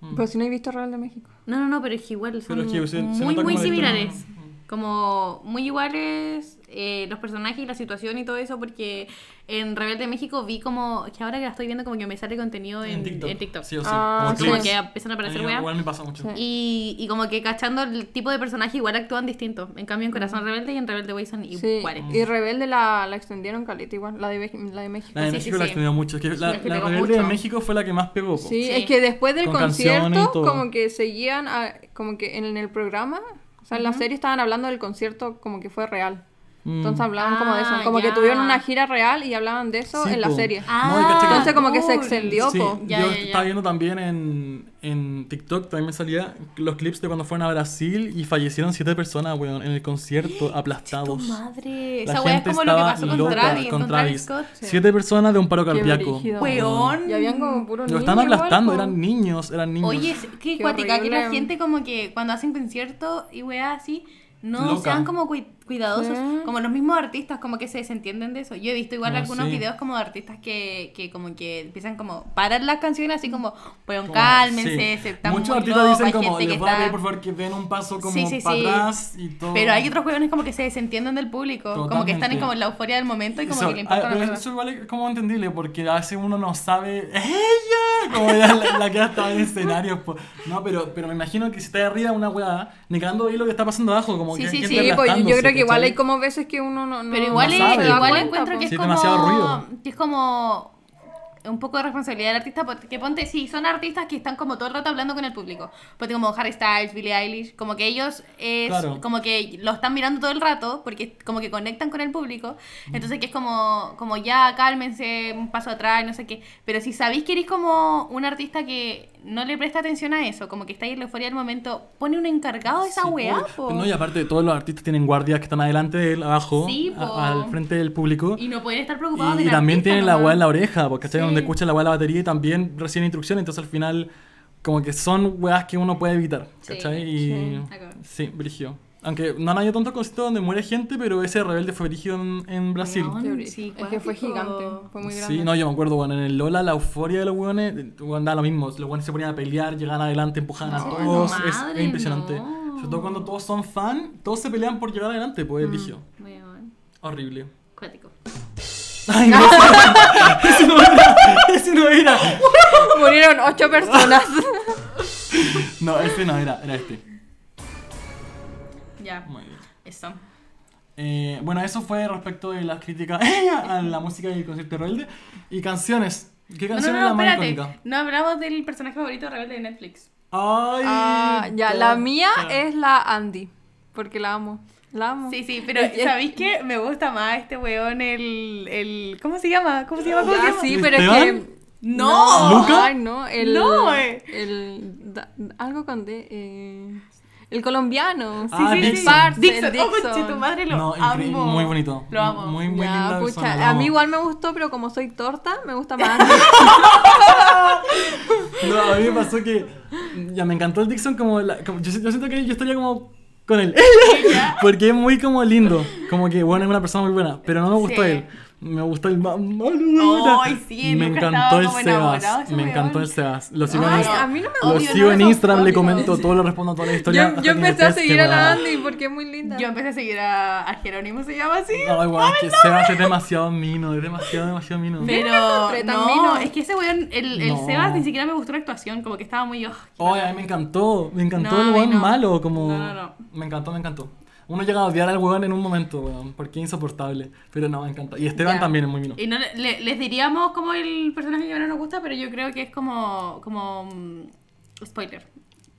S2: Oh. Pero si no he visto Rebelde México.
S1: No, no, no, pero es que igual son
S3: Pero es que se- se
S1: muy,
S3: nota
S1: muy
S3: como de-
S1: similares. Como muy iguales eh, los personajes y la situación y todo eso, porque en Rebelde México vi como, que ahora que la estoy viendo como que me sale contenido en, en TikTok.
S3: Sí o sí.
S2: Ah,
S3: como
S2: sí.
S3: clips.
S1: Como que empiezan a aparecer
S3: A mí
S1: weas.
S3: Igual me pasa mucho.
S2: Sí.
S1: Y, y como que cachando el tipo de personaje igual actúan distinto. En cambio en Corazón Rebelde y en Rebelde Way son
S2: Sí.
S1: iguales.
S2: Y Rebelde la, la extendieron caleta igual, la de, Ve- la de México.
S3: La de
S1: Sí,
S3: México
S1: sí,
S3: la
S1: sí.
S3: extendió mucho. Es que la,
S1: es que
S3: la
S1: pegó
S3: Rebelde de
S1: mucho.
S3: México fue la que más pegó. po.
S2: Sí,
S1: Sí.
S2: es que después del
S3: Con canciones y
S2: concierto,
S3: todo.
S2: como que seguían, a- como que en el programa, o sea, en la serie estaban hablando del concierto como que fue real.
S3: Mm.
S2: Entonces hablaban como de eso,
S1: Ah,
S2: como
S1: ya.
S2: que tuvieron una gira real y hablaban de eso
S3: Sí,
S2: en la
S3: po.
S2: serie.
S3: No, y
S1: Ah,
S3: caché que-
S2: Entonces como que se
S1: cool.
S2: extendió.
S3: Sí,
S2: po.
S1: Ya,
S3: yo
S1: ya, ya.
S3: estaba viendo también en, en TikTok, también me salía los clips de cuando fueron a Brasil y fallecieron siete personas, weón, en el concierto, aplastados.
S1: Madre,
S3: La
S1: esa weá es
S3: gente
S1: como lo que
S3: estaba
S1: pasó con
S3: loca
S1: Travis,
S3: con
S1: con Travis
S3: Travis.
S1: Scott.
S3: Siete personas de un paro
S2: Qué
S3: cardíaco.
S2: brígido.
S1: Weón.
S2: Y habían
S1: Ah.
S2: como puros
S3: Lo
S2: niños.
S3: están aplastando,
S2: igual, po.
S3: eran niños, eran niños.
S1: Oye, es- qué,
S2: Qué
S1: cuática, que la
S2: horrible.
S1: gente como que cuando hacen conciertos y weá así, no
S3: Loca.
S1: sean como cui- cuidadosos,
S2: Sí.
S1: como los mismos artistas, como que se desentienden de eso. Yo he visto igual
S3: No,
S1: algunos
S3: Ah, sí.
S1: videos como de artistas que, que como que empiezan como parar las canciones así como, weón,
S3: Como-
S1: cálmense,
S3: sí.
S1: se están
S3: Muchos
S1: muy
S3: artistas
S1: locos,
S3: dicen
S1: hay
S3: como,
S1: gente
S3: les
S1: que
S3: voy a pedir
S1: está-
S3: por favor que den un paso como
S1: Sí, sí,
S3: para
S1: sí.
S3: atrás y todo.
S1: Pero hay otros weones como que se desentienden del público, como que están en
S3: Totalmente.
S1: como en la euforia del momento y como
S3: Eso-
S1: que le importa
S3: ah,
S1: la
S3: pero
S1: verdad.
S3: Eso igual es como entendible, porque a veces uno no sabe. ¡Ella! Como era la, la que estaba en escenarios. po. No, pero, pero me imagino que si está arriba una weá, negando ahí lo que está pasando abajo. Como
S1: Sí,
S3: que hay
S1: sí,
S3: gente
S2: Sí, pues yo
S3: aplastándose,
S2: creo que igual
S3: ¿cachai?
S2: hay como veces que uno no, no-
S1: Pero igual,
S2: no
S1: es,
S3: sabe,
S2: se da
S1: igual
S2: cuenta, pues.
S1: encuentro
S2: po.
S1: que es
S3: Sí,
S1: como.
S3: demasiado ruido.
S1: Que es como. un poco de responsabilidad del artista, porque ponte, sí, son artistas que están como todo el rato hablando con el público. Ponte como Harry Styles, Billie Eilish, como que ellos es
S3: Claro.
S1: como que lo están mirando todo el rato, porque como que conectan con el público. Entonces que es como, como ya cálmense, un paso atrás, no sé qué. Pero si sabéis que eres como un artista que no le presta atención a eso, como que está ahí en la euforia del momento, pone un encargado de esa
S3: Sí,
S1: weá,
S3: obvio.
S1: po.
S3: Pero No, y aparte todos los artistas tienen guardias que están adelante de él, abajo,
S1: Sí, po.
S3: a- al frente del público.
S1: Y no pueden estar
S3: Y,
S1: preocupados del
S3: y también
S1: artista
S3: tienen la
S1: nomás.
S3: weá en la oreja, porque ¿cachai?
S1: Sí.
S3: donde escuchan la weá de la batería y también reciben instrucciones, entonces al final como que son weas que uno puede evitar,
S1: Sí,
S3: ¿cachai? y...
S1: sí. Acá.
S3: sí brigio. Aunque no han habido tantos conciertos donde muere gente, pero ese rebelde fue brígido en, en Brasil.
S1: Weón.
S2: Teoría.
S1: Sí,
S2: es que fue
S1: cuático.
S2: gigante, fue muy grande.
S3: Sí, no, yo me acuerdo, bueno, en el Lola la euforia de los weones, weón, da lo mismo, los weones se ponían a pelear, llegaban adelante, empujaban a
S1: No,
S3: todos,
S1: no,
S3: es, es
S1: madre,
S3: impresionante.
S1: no. Mm.
S3: Sobre todo cuando todos son fan, todos se pelean por llegar adelante, pues es brígido.
S1: Weón,
S3: Horrible. <laughs>
S1: cuático. <laughs>
S3: Ay, no, <laughs> ese no era, ese no era.
S2: <laughs> Murieron
S3: <laughs>
S2: ocho personas.
S3: No, ese no era, era este.
S1: Ya,
S3: Muy bien.
S1: eso.
S3: Eh, bueno, eso fue respecto de las críticas <laughs> a la música del concierto de Rebelde. Y canciones. ¿Qué
S1: No,
S3: canción
S1: no,
S3: es
S1: no,
S3: la más
S1: espérate.
S3: icónica?
S1: No hablamos del personaje favorito de rebelde de Netflix.
S3: Ay,
S2: Ah, ya, la
S3: puta.
S2: mía es la Andy, porque la amo. La amo.
S1: Sí, sí,
S3: <laughs>
S1: pero ¿sabéis qué? Me gusta más este weón, el. el ¿Cómo se llama? ¿Cómo se llama? ¿Cómo se
S2: Ya,
S1: llama?
S2: Ah, sí, pero es
S3: ¿Esteban?
S2: que...
S1: ¡No!
S3: ¿Luca?
S2: Ay, no, el...
S1: No, eh.
S2: el da- algo con D... eh, el colombiano.
S3: Ah,
S2: el
S3: Dixon.
S2: Parce,
S1: Dixon,
S2: el
S1: oh, conche tu madre, lo
S3: No,
S1: amo.
S3: increíble, muy bonito.
S1: Lo amo.
S3: Muy, muy
S2: Ya,
S3: linda
S2: pucha,
S3: persona, lo
S2: a mí
S3: amo.
S2: igual me gustó, pero como soy torta, me gusta
S3: <laughs>
S2: más Andy.
S3: No, a mí me pasó que. Ya me encantó el Dixon como. la- como- yo, yo siento que yo estaría como. Con él. <laughs> Porque es muy como lindo. Como que, bueno, es una persona muy buena. Pero no me gustó
S1: Sí.
S3: él. Me gustó el ma- malo. bueno.
S1: Ay, sí,
S3: me
S1: Lucas
S3: encantó
S1: estaba
S3: el
S1: como enamorado de
S3: Sebas.
S1: ese
S3: Me
S1: weón.
S3: encantó el Sebas. Lo sigo en
S2: Ay,
S3: Instagram.
S2: a mí no me
S3: Lo
S1: Obvio,
S3: sigo
S1: no
S3: en
S1: son
S3: Instagram, le
S1: fóbicos.
S3: comento todo, le respondo a toda la historia.
S2: Yo,
S3: hasta <laughs>
S2: yo
S3: que me
S2: empecé a
S3: pesque,
S2: seguir a la
S3: weón.
S2: Andy porque es muy linda.
S1: Yo empecé a seguir a, a Jerónimo, se llama así.
S3: Ay, weón, es que Sebas es demasiado mino. Es demasiado, demasiado mino.
S1: Pero
S2: encontré tan
S1: no,
S2: mino.
S1: es que ese weón, el, el
S3: No.
S1: Sebas ni siquiera me gustó la actuación, como que estaba muy oh,
S3: Oye, a mí me encantó, me encantó
S1: No, a
S3: el
S1: mí
S3: weón
S1: no.
S3: malo, como...
S1: No, no, no.
S3: Me encantó, me encantó. Uno llega a odiar al weón en un momento, weón, porque es insoportable, pero no, me encanta. Y Esteban
S1: Ya.
S3: también es muy mino.
S1: Y no le- le- les diríamos como el personaje que no nos gusta, pero yo creo que es como. como mm, spoiler.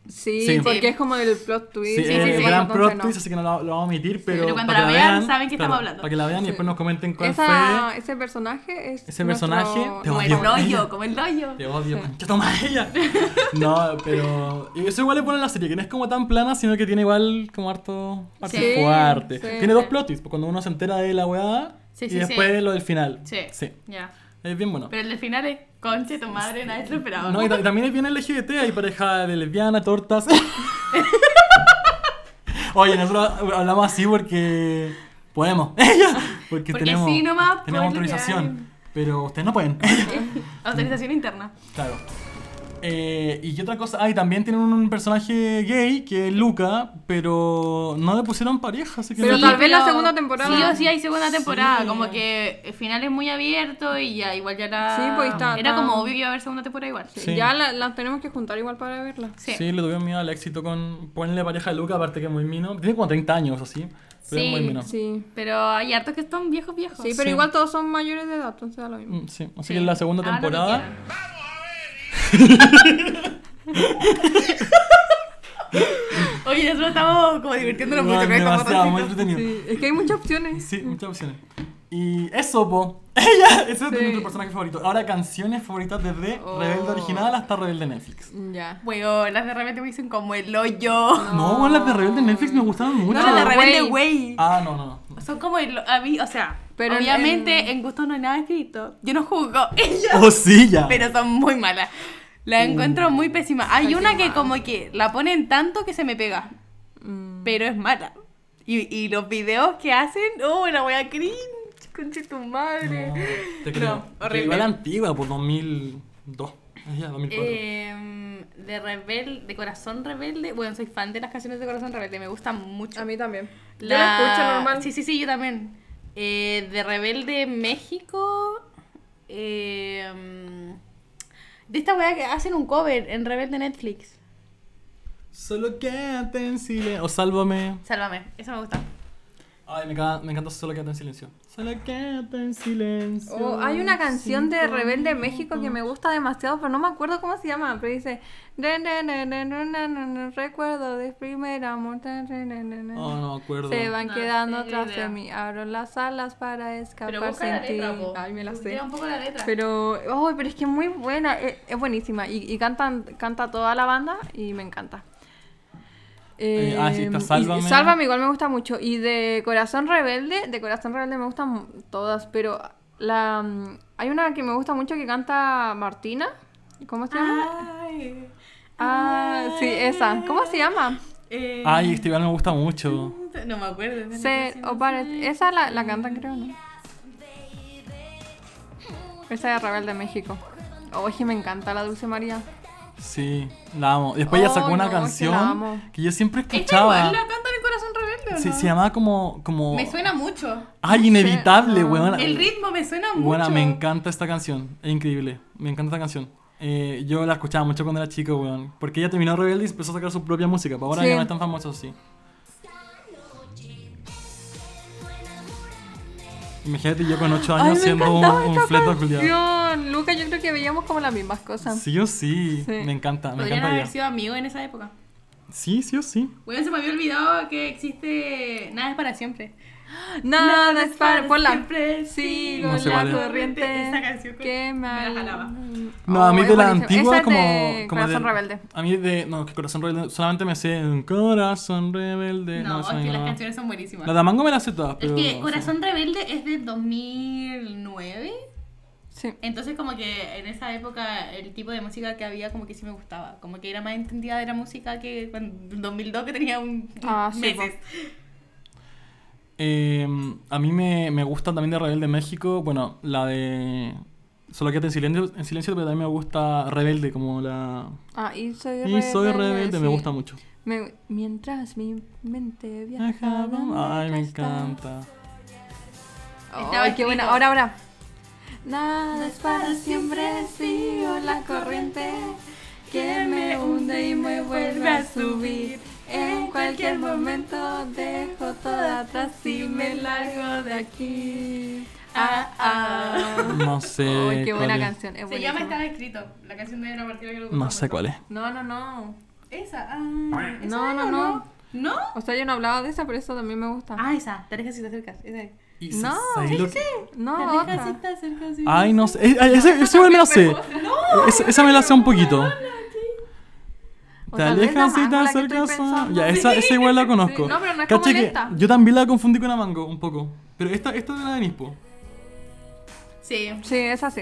S2: Sí,
S3: Sí.
S2: porque
S1: Sí.
S2: es como el plot twist.
S3: Sí,
S2: Sí,
S3: es
S2: sí,
S3: el
S2: sí,
S3: gran
S2: entonces
S3: plot
S2: no.
S3: twist, así que no lo, lo vamos a omitir, pero...
S1: pero cuando
S3: para
S1: la
S3: que
S1: vean, saben que estamos hablando.
S3: Para que la vean y después nos comenten cuál
S2: Esa- ese personaje es.
S3: Ese
S2: nuestro-
S3: personaje, te
S1: Como el
S3: odio.
S1: hoyo, como el hoyo.
S3: fue... Te odio, man. ¡Qué toma ella! <laughs> No, pero... y Eso igual le pone en la serie, que no es como tan plana, sino que tiene igual como harto... harto
S1: Sí,
S3: fuerte.
S2: sí.
S3: Tiene dos plot twists, pues cuando uno se entera de la weá
S1: Sí,
S3: y
S1: sí, sí.
S3: después lo del final.
S1: Sí.
S3: Sí.
S1: Ya.
S3: Es bien bueno.
S1: Pero el del final es conche tu madre, nadie se lo esperaba.
S3: No, y ta- también es bien LGBT, hay pareja de lesbiana,
S1: <laughs>
S3: tortas. Oye, nosotros hablamos así porque podemos. <laughs> porque,
S1: Porque
S3: tenemos,
S1: sí, nomás, pues, por
S3: tenemos
S1: lo que
S3: autorización. Pero ustedes no pueden. <laughs>
S1: Autorización interna.
S3: claro. Eh, y qué otra cosa. Ah, y también tienen un personaje gay que es Luca, pero no le pusieron pareja, así que
S2: Pero
S3: no-
S2: tal vez la segunda temporada.
S1: Sí o sí hay segunda temporada.
S3: Sí.
S1: Como que el final es muy abierto y ya, igual ya la.
S2: Sí, pues, está-
S1: Era
S2: está-
S1: como obvio que iba a haber segunda temporada igual. Sí.
S3: Sí.
S2: Ya la- las tenemos que juntar igual para verla.
S3: Sí. le tuvieron miedo al éxito con ponerle pareja a Luca, aparte que es muy mino. Tiene como 30 años así. Pero es muy
S1: Sí,
S3: mino.
S2: Sí.
S1: Pero hay hartos que están viejos, viejos.
S2: Ah, Sí, pero
S3: Sí.
S2: igual todos son mayores de edad, entonces da lo mismo.
S3: Mm, Sí, así
S1: Sí.
S3: que en la segunda
S1: Hagan lo que
S3: temporada.
S1: quieran. Oye, nosotros estamos como divirtiéndonos mucho con
S3: Bueno,
S1: esta
S3: demasiado, muy
S1: fotocita.
S3: entretenido. Sí.
S2: Sí, es que hay muchas opciones.
S3: muchas opciones. Y eso, po. <laughs> Ella, ese es
S2: Sí.
S3: nuestro personaje favorito. Ahora, canciones favoritas desde
S2: Oh.
S3: Rebelde Original hasta Rebelde Netflix.
S2: Mm, Ya.
S1: Weón, las de repente me dicen como el hoyo.
S3: No, bueno, las de Rebelde Netflix me gustaron mucho.
S1: Ah. No, las de
S2: No,
S1: repente,
S2: güey.
S1: güey.
S3: Ah, no, no, no.
S1: Son como el. A mí, o sea,
S2: Pero en-
S1: obviamente en...
S2: en-
S1: gusto no hay nada escrito. Yo no juzgo. <laughs> Ella.
S3: Oh, sí, ya.
S1: pero son muy malas. La encuentro muy pésima. Hay una que
S2: Pésima.
S1: como que la ponen tanto que se me pega,
S2: Mm.
S1: pero es mala. Y, y los videos que hacen, oh, la wea cringe, conche tu madre.
S3: No, te creo.
S1: No,
S3: Pero
S1: horrible.
S3: Igual la antigua, pues, por 2002. Ella, 2004.
S1: Em, de rebel, de corazón rebelde. Bueno, soy fan de las canciones de corazón rebelde, me gustan mucho.
S2: A mí también. Yo
S1: La-
S2: la escucho normal.
S1: Sí, sí, sí, yo también. Eh, de Rebelde México. em, de esta weá que hacen un cover en Rebelde Netflix.
S3: Solo quédate en silencio. O sálvame.
S1: Sálvame, eso me gusta.
S3: Ay, me, encanta- me encanta Solo quédate en silencio. Solo quédate en silencio.
S2: O Oh, hay una canción de
S3: cinco
S2: Rebelde México que
S3: minutos.
S2: me gusta demasiado, pero no me acuerdo cómo se llama. Pero dice: "Na, na, na, na, na, na, na, na, Recuerdo de primer amor. na, na, na, na, na".
S3: Oh, no me acuerdo.
S2: Se van
S1: No,
S2: quedando
S1: tengo
S2: tras de
S1: idea.
S2: mí. Abro las alas para
S1: Pero
S2: escapar
S1: busca la
S2: sin ti.
S1: letra, po.
S2: Ay, me la sé.
S1: Busca un poco la letra.
S2: Pero, oh, pero es que es muy buena, es, es buenísima. Y, y cantan, canta toda la banda y me encanta.
S3: Eh, ah, sí, está
S2: y-
S3: Sálvame.
S2: Sálvame igual me gusta mucho. Y de Corazón Rebelde, de Corazón Rebelde me gustan mu- todas, pero la mm, hay una que me gusta mucho que canta Martina. ¿Cómo se llama?
S1: Ay.
S2: Ah, sí, esa. ¿Cómo se llama?
S1: Eh,
S3: Ay, este igual me gusta mucho.
S1: No me acuerdo. no
S2: Se,
S1: sé, no
S2: o para-
S1: sé.
S2: esa la, la cantan creo, ¿no? Esa de Rebelde México. Oye, me encanta la Dulce María.
S3: Sí, la amo. Después ella
S2: Oh,
S3: sacó
S2: no,
S3: una
S2: es que la amo.
S3: canción que yo siempre
S1: ¿Esta igual
S3: escuchaba.
S1: la canta el corazón rebelde o
S3: Sí,
S1: no?
S3: se llamaba como. como...
S1: Me suena mucho.
S3: Ay, inevitable,
S2: no.
S3: weón.
S1: El ritmo me suena mucho.
S3: Buena, me encanta esta canción. Es increíble. Me encanta esta canción. Eh, yo la escuchaba mucho cuando era chico, weón. Porque ella terminó Rebelde y empezó a sacar su propia música. Para ahora
S2: Sí.
S3: ya no es tan famoso, sí. Imagínate yo con 8
S2: Ay,
S3: años
S2: me
S3: siendo un,
S2: encantaba
S3: un
S2: esta
S3: fleto culiado.
S2: canción. Luca, yo creo que veíamos como las mismas cosas.
S3: Sí o sí.
S2: Sí.
S3: Me encanta, me
S1: Podrían
S3: encanta
S1: haber
S3: ella.
S1: sido amigos en esa época.
S3: Sí, sí o sí.
S1: Bueno, se me había olvidado que existe Nada es para siempre.
S2: Nada, es para por la
S1: siempre,
S2: sigo
S3: No se
S2: la
S3: vale.
S2: corriente.
S1: Esa canción con-
S2: que
S1: me
S2: me
S1: la jalaba.
S3: No,
S2: Oh,
S3: a mí
S2: es
S3: de la
S2: buenísima.
S3: antigua
S2: Esa es
S3: como,
S2: de
S3: como
S2: Corazón
S3: de-
S2: Rebelde.
S3: A mí de no, que Corazón Rebelde solamente me sé un Corazón Rebelde.
S1: No,
S3: esa
S1: es
S3: me
S1: que las
S3: no.
S1: canciones son buenísimas.
S3: La de Mango me la sé todas,
S1: Es
S3: pero
S1: que
S3: sí.
S1: Corazón Rebelde es de 2009.
S2: Sí.
S1: Entonces como que en esa época el tipo de música que había como que sí me gustaba. Como que era más entendida de la música que cuando- en 2002 que tenía un
S2: Ah, sí,
S1: meses.
S3: Eh, a mí me, me gusta también de Rebelde México, bueno, la de Solo quédate en silencio, en silencio, pero también me gusta Rebelde, como la...
S2: Ah, y soy
S3: Y
S2: rebelde.
S3: soy rebelde, me
S2: sí.
S3: gusta mucho.
S2: Me- mientras mi mente viajaba.
S3: Ay, me encanta.
S2: Ay,
S1: Estaba
S2: qué buena.
S1: escrito.
S2: Ahora, ahora. Nada es para siempre, sigo la corriente que me hunde y me vuelve a subir. En cualquier momento dejo todo atrás y me largo de aquí. Ah, ah.
S3: No sé
S2: Ay, qué
S3: cuál
S2: buena
S3: es.
S2: canción. Es
S1: Se llama
S2: buenísima.
S1: Estaba Escrito, la canción de la partida que le gusta
S3: No sé
S1: mucho.
S3: cuál es.
S2: No, no, no.
S1: Esa, ah, ¿esa
S2: No,
S1: era
S2: no,
S1: o
S2: no.
S1: ¿No?
S2: O sea, yo no hablaba de esa, pero esa también me gusta.
S1: Ah, esa, te alejas si te acercas. Esa es.
S2: No,
S3: ¿sabes lo que-
S1: Te
S2: no,
S1: alejas si
S2: otra.
S1: te acercas. si-
S3: Ay, no sé. Eh, ay, ese- Esa igual me la sé. Esa, esa me la sé un poquito.
S2: O
S3: Te
S2: tal vez la
S3: alejas y te
S2: manga la que estoy
S3: acercas a...
S2: pensando.
S3: Ya, esa, esa igual la conozco.
S2: Sí, no, pero no es
S3: Cacha
S2: como
S3: que
S2: lenta.
S3: Yo también la confundí con la mango, un poco. Pero esta, esta es la de Nispo.
S1: Sí.
S2: Sí, esa sí.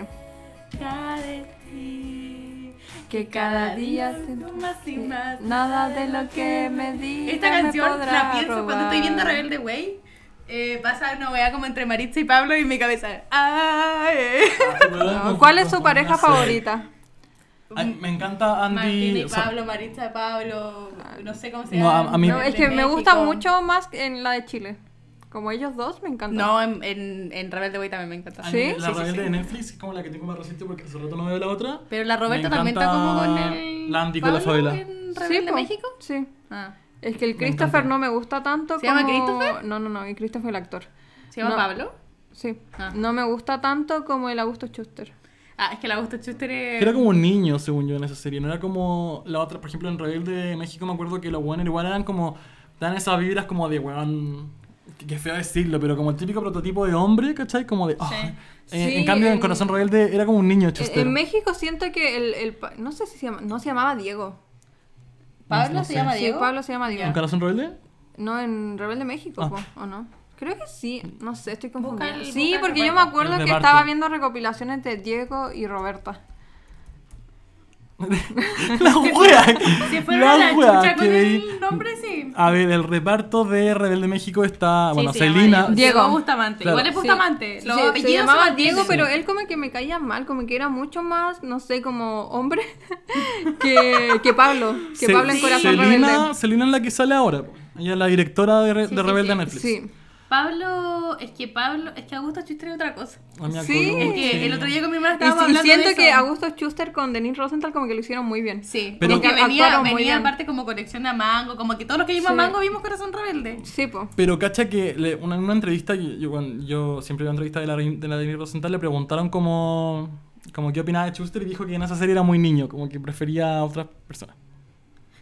S2: Que cada día siento
S1: más y más.
S2: Nada de lo que me digas
S1: Esta canción
S2: me podrá
S1: la pienso cuando
S2: robar.
S1: estoy viendo Rebelde Way. Eh, pasa una wea como entre Maritza y Pablo y mi cabeza. Ay, eh.
S2: Ah, No, ¿Cuál es su pareja favorita?
S3: Ay, me encanta Andy.
S1: Martín y
S3: o sea,
S1: Pablo, Maritza, Pablo, no sé cómo se
S3: No,
S1: llama.
S3: a- a mí-
S2: No, es
S1: de
S2: que me gusta
S1: México.
S2: mucho más que en la de Chile. Como ellos dos, me encanta.
S1: No, en, en, en Rebelde Way también me encanta.
S3: Andy,
S2: ¿Sí?
S3: La
S1: Sí, sí,
S3: rebelde
S1: sí.
S3: de Netflix es como la que tengo más reciente porque hace rato no veo la otra.
S1: Pero la Roberta
S3: Me
S1: también está
S3: encanta
S1: como con el.
S3: la Andy con la
S1: Pablo
S3: Fabiola.
S1: en
S2: Sí,
S1: Rebelde
S2: po.
S1: México?
S2: Sí.
S1: Ah.
S2: Es que el
S3: Me
S2: Christopher
S3: encanta.
S2: no me gusta tanto
S1: ¿Se
S2: como...
S1: llama Christopher?
S2: No, no, no, el Christopher el actor.
S1: ¿Se llama
S2: No.
S1: Pablo?
S2: Sí.
S1: Ah.
S2: No me gusta tanto como el Augusto Schuster. Eh,
S1: Ah, es que la Augusto Schuster es.
S3: Era como un niño, según yo, en esa serie. No era como la otra. Por ejemplo, en Rebelde de México me acuerdo que los buenos igual eran como. Dan esas vibras como de weón. que- Que feo decirlo, pero como el típico prototipo de hombre, ¿cachai? Como de. ah. Eh, en
S2: Sí,
S3: cambio, en
S2: en-
S3: Corazón Rebelde era como un niño
S2: En,
S3: chustero.
S2: en México siento que el, el pa- no sé si se llama, no se llamaba Diego.
S1: ¿Pablo
S3: No
S1: se
S3: sé.
S1: llama
S2: Sí,
S1: Diego?
S2: Pablo se llama Diego.
S3: ¿En
S1: <laughs>
S3: Corazón Rebelde?
S2: No, en Rebelde México,
S3: Ah.
S2: po, ¿o no? Creo que sí, no sé, estoy confundida.
S1: Busca el-
S2: sí,
S1: busca el
S2: porque yo me
S1: reparto.
S2: acuerdo
S3: El
S2: que
S3: reparto.
S2: estaba viendo recopilaciones de Diego y Roberta.
S3: la wea.
S1: Se fueron
S3: la
S1: a la
S3: wea
S1: chucha
S3: que
S1: con
S3: veí.
S1: el nombre, sí.
S3: A ver, el reparto de Rebelde México está. Ah, bueno,
S1: se llama
S3: Celina.
S1: Diego.
S2: Diego.
S1: Diego Bustamante.
S3: Claro.
S1: Igual es Bustamante.
S2: Sí,
S1: Los
S2: se- se,
S1: apellidos son
S2: llamaba
S1: Martínez.
S2: Diego, pero él como que me caía mal, como que era mucho más, no sé, como
S1: <laughs>
S2: hombre <laughs> que, que Pablo, que
S3: Ce-
S2: Pablo en Corazón
S3: Celina,
S2: Rebelde.
S3: Celina es la que sale ahora. po. Ella es la directora de, Re-
S1: Sí,
S3: de
S1: sí,
S3: Rebelde
S1: sí.
S3: Netflix.
S2: Sí.
S1: Pablo, es que Pablo, es que Augusto Chutre es otra cosa.
S3: La mía
S2: Sí.
S3: Colum,
S1: Es que el otro día con mi hermana
S2: Y,
S1: estábamos
S2: si- y
S1: hablando
S2: siento
S1: de
S2: que
S1: eso.
S2: Augusto Schuster con Denise Rosenthal como que lo hicieron muy bien.
S1: Sí,
S3: Pero-
S1: porque
S2: Porque
S1: venía,
S2: actuaron muy
S1: venía
S2: bien.
S1: aparte como conexión a Mango, como que todos los que vimos a
S2: Sí.
S1: Mango vimos Corazón Rebelde.
S2: Sí, po.
S3: Pero cacha que le- una- en una entrevista, yo, yo- bueno, yo siempre veo entrevistas de la, rein- de la Denise Rosenthal, le preguntaron como, como qué opinaba de Schuster y dijo que en esa serie era muy niño, como que prefería a otras personas.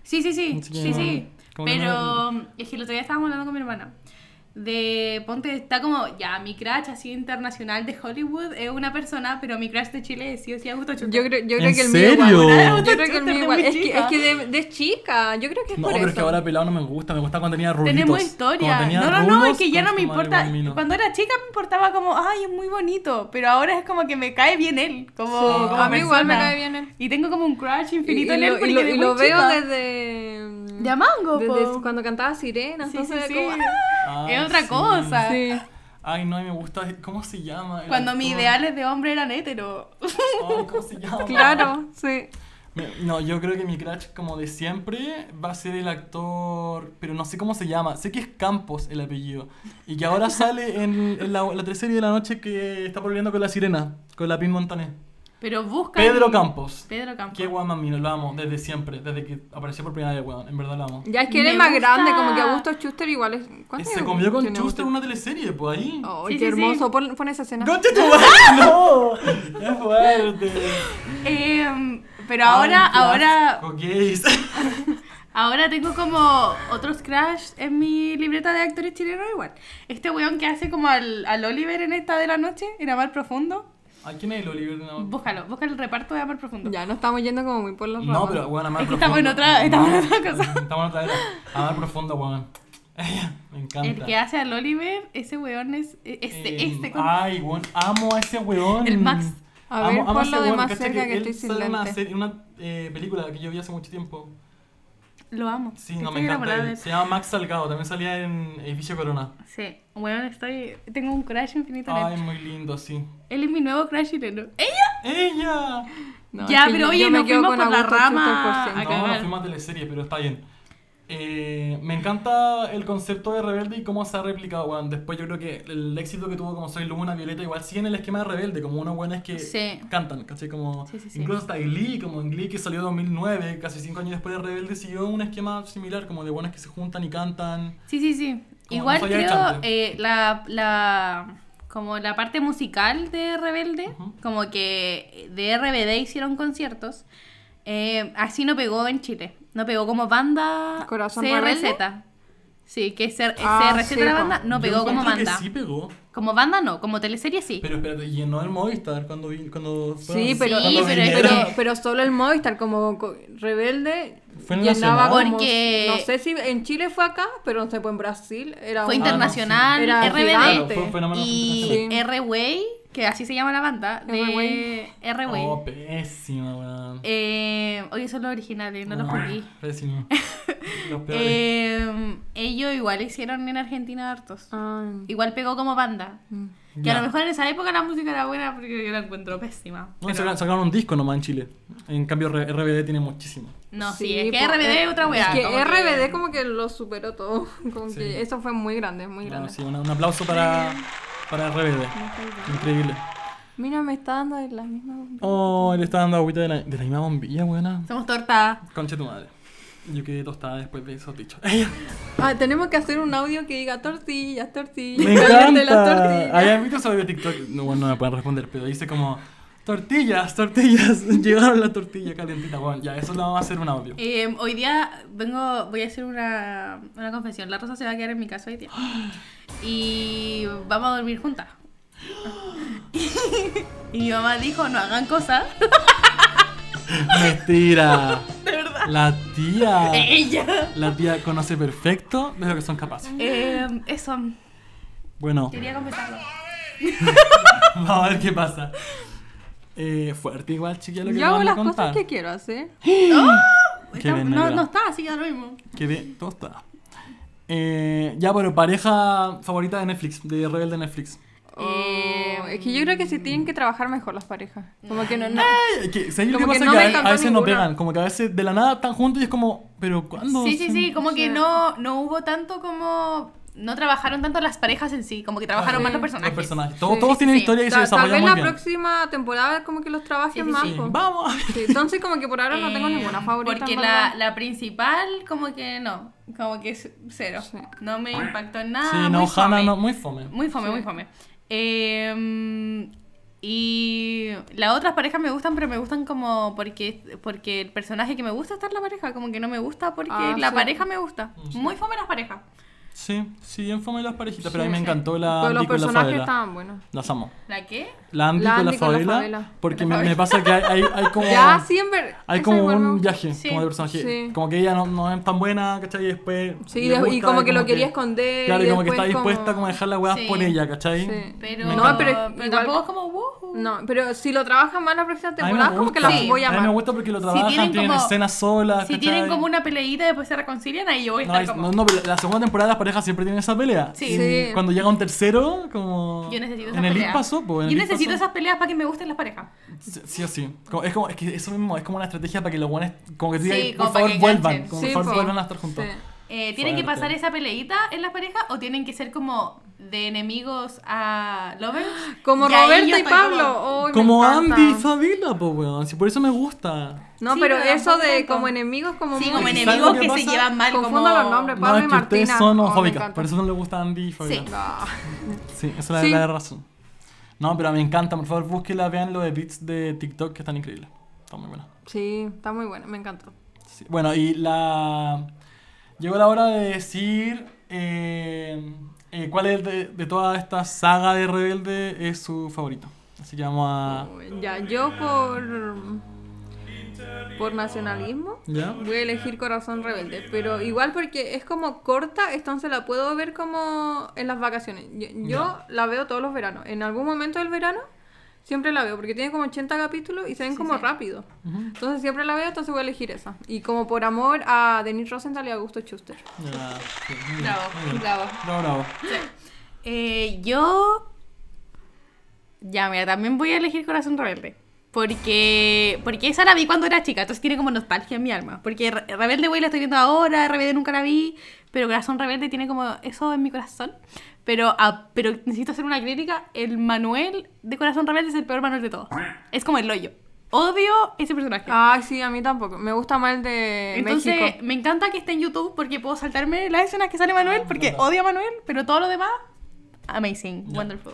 S1: Sí, sí, sí,
S3: Así que
S1: sí,
S3: no-
S1: sí.
S3: como que
S1: Pero es que el otro día estábamos hablando con mi hermana. De Ponte está como, ya, mi crush así internacional de Hollywood es una persona, pero mi crush de Chile es sí o sí Augusto Chutre.
S2: Yo creo, yo
S3: ¿En
S2: creo que el
S3: serio?
S2: mío igual.
S1: Augusto
S2: Yo creo que
S1: Schuster
S2: el mío
S1: es
S2: igual.
S1: muy
S2: Es que,
S1: chica.
S2: es que de, de chica, yo creo que es
S3: No,
S2: por
S3: pero
S2: eso.
S3: es que ahora pelado no me gusta, me gusta cuando tenía rubitos.
S1: Tenemos
S3: Cuando
S1: historia.
S3: tenía
S1: No, no, no, es
S3: rulos,
S1: que ya no me
S3: conchetumare,
S1: importa.
S3: buen vino.
S1: Cuando era chica me importaba como, ay, es muy bonito, pero ahora es como que me cae bien él, como,
S2: Sí,
S3: Oh,
S1: como
S2: a mí igual me
S1: persona.
S2: cae bien él.
S1: Y tengo como un crush
S2: Y, y
S1: infinito en él
S2: lo,
S1: porque
S2: y lo-
S1: de
S2: y
S1: muy
S2: lo veo
S1: chica.
S2: desde.
S1: De a Mango,
S2: desde
S1: po.
S2: cuando cantaba Sirena.
S1: Sí, sí,
S2: entonces
S1: sí.
S2: como- "Ah".
S3: Ay,
S1: Es otra
S3: Ah, sí.
S1: cosa.
S2: Sí.
S3: Ay, no, y me gusta, ¿cómo se llama? El
S1: Cuando mis
S3: actor.
S1: ideales de hombre eran hétero.
S3: Ay,
S1: <laughs>
S3: ¿cómo se
S2: <laughs>
S3: llama?
S2: Claro, sí.
S3: Me- No, yo creo que mi crush, como de siempre, va a ser el actor, pero no sé cómo se llama. Sé que es Campos el apellido. Y que ahora sale en, en la, la tercera de la noche que está volviendo con la sirena, con la Pin Montané.
S1: Pero busca.
S3: Pedro Campos.
S1: Pedro Campos.
S3: Qué guay, mami, lo amo desde siempre, desde que apareció por primera vez, weón. En verdad lo amo.
S2: Ya es que él
S1: Me
S2: es más
S1: gusta.
S2: grande, como que Augusto Schuster igual es.
S3: Y
S2: ¿cuántos
S3: Se
S2: años
S3: comió con
S2: tiene Oh, Augusto?
S3: Schuster una teleserie, pues ahí.
S2: Ay,
S1: Sí, sí,
S2: qué
S1: sí.
S2: hermoso. Pon, pon esa escena.
S3: ¡Concha tu madre! <laughs> ¡No! ¡Es fuerte!
S1: Em, pero ahora, ahora,
S3: Ok.
S1: ahora tengo como otros crash en mi libreta de actores chilenos igual. Este weón que hace como al, al Oliver en esta de la noche, en Amar Profundo.
S3: <laughs> ¿A quién es el Oliver? No,
S1: Búscalo, busca el reparto de Amar Profundo.
S2: Ya no estamos yendo como muy por los
S3: No,
S2: lados.
S3: pero, weón, amar
S1: Es que estamos
S3: profundo.
S1: en otra- estamos en otra cosa.
S3: <laughs> Estamos en otra era. Amar profundo, weón. <laughs> Me encanta.
S1: el que hace al Oliver, ese weón es. e- Este,
S3: Eh,
S1: este. con-
S3: Ay, weón, amo a ese weón.
S1: El Max.
S2: A ver,
S3: amo, amo
S2: ponlo
S3: ese
S2: de
S3: weón,
S2: más
S3: cacha
S2: cerca que
S3: él
S2: estoy sin
S3: sale en una,
S2: lente.
S3: serie- en una eh, película que yo vi hace mucho tiempo.
S1: Lo amo.
S3: Sí, no, me
S1: Estoy
S3: encanta.
S1: enamorada
S3: él.
S1: de él.
S3: Se llama Max Salgado, también salía en Edificio Corona.
S1: Sí, weón, estoy. Tengo un crash infinito en
S3: Ay,
S1: él.
S3: muy lindo, sí.
S1: Él es mi nuevo crash chileno. ¡Ella!
S3: ¡Ella!
S2: No,
S1: Ya,
S2: es que
S1: pero
S2: yo-
S1: oye,
S2: yo me
S1: nos
S2: quedo
S1: fuimos
S2: con
S1: por la
S2: Augusto Schuster
S1: rama.
S2: por
S1: A
S2: siempre.
S3: no,
S1: cagar.
S3: no fuimos a teleserie, pero está bien. Eh, me encanta el concepto de Rebelde y cómo se ha replicado, weón. Después yo creo que el éxito que tuvo como Soy Luna, Violeta, igual sigue en el esquema de Rebelde, como unos buenas que
S1: Sí.
S3: cantan, ¿cachai? Como,
S1: Sí, sí, sí.
S3: Incluso hasta Glee, como en Glee que salió en 2009, casi cinco años después de Rebelde, siguió un esquema similar, como de buenas que se juntan y cantan.
S1: Sí, sí, sí.
S3: Como
S1: Igual
S3: no soy
S1: creo
S3: agachante.
S1: eh, la, la como la parte musical de Rebelde,
S3: Ujú.
S1: como que de RBD hicieron conciertos. eh, así no pegó en Chile. No pegó como banda
S2: ¿Corazón
S1: CRZ.
S2: Rebelde?
S1: Sí, que es CR-
S2: Ah,
S1: CRZ
S2: sí,
S1: la
S2: po.
S1: banda, no
S3: Yo
S1: pegó como
S3: encuentro que
S1: banda.
S3: sí pegó.
S1: Como banda no, como teleserie sí.
S3: Pero espérate, llenó el Movistar cuando... vi- cuando
S2: Sí,
S3: fueron-
S2: pero,
S3: cuando
S1: Sí, pero es
S2: pero,
S3: vinieron.
S1: que-
S2: pero solo el Movistar como co- rebelde
S3: Fue en
S2: llenaba
S3: Nacional.
S2: como-
S1: Porque-
S2: no sé si en Chile fue acá, pero no sé, pues en Brasil era
S1: Fue
S2: un-
S3: Ah, no,
S1: internacional,
S2: sí. Era
S1: RBD
S3: Claro, fue un fenómeno
S1: y
S3: internacional.
S1: R-Way, que así se llama la banda, de
S2: R-Way.
S1: R-Way.
S3: Oh, pésimo, weón.
S1: Eh, oye, son los originales, no los
S3: perdí
S1: cogí.
S3: Pésimo.
S1: <laughs>
S3: Los peores.
S1: Eh, ellos igual hicieron en Argentina hartos.
S2: Ah,
S1: Igual pegó como banda.
S2: mm.
S1: Que
S3: Ya.
S1: a lo mejor en esa época la música era buena porque yo la encuentro pésima.
S3: No,
S1: pero-
S3: sacaron, sacaron un disco nomás en Chile. En cambio, R- RBD tiene muchísimo.
S1: No, sí,
S2: Sí,
S1: es que
S2: po,
S1: RBD es
S2: eh,
S1: otra weá.
S2: Es que
S1: como
S2: RBD como que lo superó todo. <laughs> Como
S3: Sí.
S2: que eso fue muy grande, muy
S3: Ah,
S2: grande.
S3: sí, un, un aplauso para, para RBD. Increíble.
S2: Mira, me está dando de la misma.
S3: Oh, le está dando agüita de la, de la misma bombilla, buena.
S1: Somos torta.
S3: Concha tu madre. Yo quedé tostada después de esos dichos. <laughs>
S2: Ah, tenemos que hacer un audio que diga tortillas, tortillas.
S3: Me
S2: hablen de las
S3: encanta.
S2: tortillas.
S3: ¿Habían visto eso de TikTok? No, bueno, no me pueden responder, pero dice como... Tortillas, tortillas. <laughs> Llegaron las tortillas calentitas. Bueno, ya, eso lo vamos a hacer un audio.
S1: Eh, hoy día vengo, voy a hacer una, una confesión. La Rosa se va a quedar en mi casa hoy día. Y vamos a dormir juntas. <laughs> Y mi mamá dijo, no hagan cosas.
S3: Mentira.
S1: De verdad.
S3: La tía.
S1: <laughs> Eh, Ella.
S3: La tía conoce perfecto de lo que son capaces.
S1: Eh, eso,
S2: <laughs>
S3: Bueno, <laughs>
S1: quería confesarlo.
S3: vamos a ver qué pasa. Eh, fuerte igual, chiquilla, lo que
S2: Yo
S3: me
S2: hago
S3: van
S2: las
S3: a contar.
S2: cosas que quiero hacer.
S3: Qué
S1: Está-
S3: bien,
S1: no,
S3: negra.
S1: no está, así que da lo mismo.
S3: Quedé tostada. Eh, ya, bueno, pareja favorita de Netflix, de Rebel de Netflix.
S2: Eh, es que yo creo que se tienen que trabajar mejor las parejas. Como que no, no.
S3: Eh, que, ¿Sabes lo que
S2: Como que
S3: pasa? Que,
S2: no me
S3: a, a
S2: encantó
S3: veces no
S2: ninguna.
S3: pegan, como que a veces de la nada están juntos y es como, ¿pero cuándo?
S1: Sí, sí, sí, como
S2: Sí.
S1: que no, no hubo tanto como no trabajaron tanto las parejas en sí, como que trabajaron
S2: sí.
S1: más los
S2: Los
S1: personajes.
S3: Los personajes. Todos,
S1: Sí,
S3: todos
S1: sí,
S3: tienen
S1: sí.
S3: historia que se
S2: Ta- tal
S3: desarrolla
S2: vez
S3: muy
S2: la
S3: bien.
S2: próxima temporada como que los trabajen
S1: Sí, sí,
S2: más.
S1: sí.
S2: po.
S3: Vamos.
S2: Sí, entonces como que por ahora no tengo
S1: Eh,
S2: ninguna favorita.
S1: Porque
S2: en
S1: la,
S2: verdad.
S1: la principal, como que no, como que es cero.
S2: Sí.
S1: No me impactó en
S2: Ah,
S1: nada.
S3: sí,
S1: muy
S3: no, Hannah,
S1: fome.
S3: no, muy fome.
S1: Muy fome,
S2: Sí.
S1: muy fome. Eh, y las otras parejas me gustan, pero me gustan como porque, porque el personaje que me gusta está en la pareja, como que no me gusta porque
S2: Ah,
S1: la
S2: sí.
S1: pareja me gusta.
S3: Sí.
S1: Muy fome las parejas.
S3: Sí, sí, bien fome las parejitas, pero a
S2: Sí,
S3: mí me
S2: sí.
S3: encantó la
S2: Pero los
S3: Andy con Ah, la
S2: personajes
S3: favela.
S2: estaban buenos.
S3: Las amo.
S1: ¿La qué?
S3: La Andy, con, la favela,
S2: favela.
S3: porque
S1: La
S3: me, me
S1: favela.
S3: pasa que hay, hay,
S2: <laughs>
S3: hay como...
S2: Ya, sí, en ver-
S3: Oh. Hay
S2: esa
S3: como
S2: igual me
S3: un
S2: gusta.
S3: viaje
S1: Sí.
S3: como de personaje.
S2: Sí.
S3: Como que ella no, no es tan buena, ¿cachai? Y después.
S2: Sí,
S3: le
S2: de- y
S3: gusta,
S2: como que lo quería esconder.
S3: Claro, y como que está
S2: después
S3: dispuesta como... a dejar las weas
S1: Sí.
S3: por ella, ¿cachai?
S2: Sí.
S1: Pero,
S3: Me
S1: no,
S3: encanta.
S1: pero,
S2: pero igual-
S1: tampoco es como "Woohoo".
S2: No, pero si lo trabajan más la próxima
S3: A mí me
S2: temporada, como que la
S3: gusta.
S1: Sí.
S2: voy a
S3: A mí me
S2: amar.
S3: gusta porque lo
S1: Si
S3: trabajan,
S1: tienen
S3: tienen,
S1: como-
S3: escenas solas.
S1: Si
S3: ¿cachai?
S1: tienen como una peleita y después se reconcilian, ahí yo voy a
S3: No,
S1: estar
S3: es-
S1: como.
S3: no, no, pero la segunda temporada las parejas siempre tienen esa pelea.
S1: Sí.
S3: Y
S2: Sí.
S3: Cuando llega un tercero, como.
S1: Yo necesito esas
S3: En el
S1: peleas.
S3: pasó, pues. en
S1: Yo
S3: el League
S1: necesito
S3: pasó.
S1: esas peleas para que me gusten las parejas.
S3: Sí, sí o sí. Como- es, como, es que eso mismo, es como una estrategia para que los buenos. Como que digan,
S1: Sí, como
S3: por
S1: para
S3: favor,
S1: que
S3: vuelvan.
S1: enganchen.
S3: Como,
S2: Sí,
S3: por favor,
S2: po.
S3: vuelvan a estar juntos.
S2: Sí.
S1: Eh, ¿Tienen que
S3: Fuerte.
S1: pasar esa peleita en las parejas o tienen que ser como de enemigos a lovers?
S2: Como
S1: Y ahí yo
S2: Roberta y
S1: estoy como-
S2: Pablo. Ay, me
S3: Como
S2: encanta.
S3: Andy y Fabila, pues, weón. Si por eso me gusta.
S2: No,
S1: Sí,
S2: pero
S1: pero
S2: eso de
S1: tampoco.
S2: como enemigos, como
S1: Sí,
S2: muy-
S1: como
S3: ¿Sabes
S1: enemigos
S3: lo
S1: que,
S3: que
S1: se
S3: pasa?
S1: llevan mal.
S2: Confundo
S1: como...
S2: los nombres,
S3: No,
S2: Pablo
S3: es
S2: y
S3: que ustedes
S2: Martina.
S3: son
S2: Oh, me
S3: homofóbicas,
S2: encanta.
S3: por eso no les gusta Andy y
S1: Sí.
S3: Fabiola.
S2: Ah.
S3: Sí, esa es
S2: Sí.
S3: la, la razón. No, pero me encanta, por favor, búsquenla, vean los edits de TikTok que están increíbles. Están muy buenas.
S2: Sí, está muy bueno, me encantó.
S3: Sí, Bueno, y la. Llegó la hora de decir. eh, eh, ¿Cuál es de, de toda esta saga de Rebelde es su favorito? Así que vamos a.
S2: Ya, yo por. por nacionalismo.
S3: ¿Ya?
S2: Voy a elegir Corazón Rebelde, pero igual porque es como corta, entonces la puedo ver como en las vacaciones. Yo, yo
S3: Ya.
S2: la veo todos los veranos. En algún momento del verano siempre la veo, porque tiene como 80 capítulos y se ven como rápido. Entonces siempre la veo, entonces voy a elegir esa. Y como por amor a Denis Rosenthal y a Augusto Schuster.
S3: Ya, sí, muy bien,
S1: Bravo,
S3: muy bien.
S1: bravo.
S3: Bravo, bravo.
S1: Eh, yo. Ya, mira, también voy a elegir Corazón Rebelde. Porque, porque esa la vi cuando era chica, entonces tiene como nostalgia en mi alma. Porque Re- Rebelde Way la estoy viendo ahora, Rebelde nunca la vi, pero Corazón Rebelde tiene como eso en mi corazón. Pero, ah, pero necesito hacer una crítica, el Manuel de Corazón Rebelde es el peor Manuel de todos. Es como el hoyo. Odio ese personaje.
S2: Ay, sí, a mí tampoco. Me gusta más el de
S1: Entonces,
S2: Ah, México.
S1: me encanta que esté en YouTube porque puedo saltarme las escenas que sale Manuel, porque odio a Manuel, pero todo lo demás, amazing,
S3: Ya.
S1: wonderful.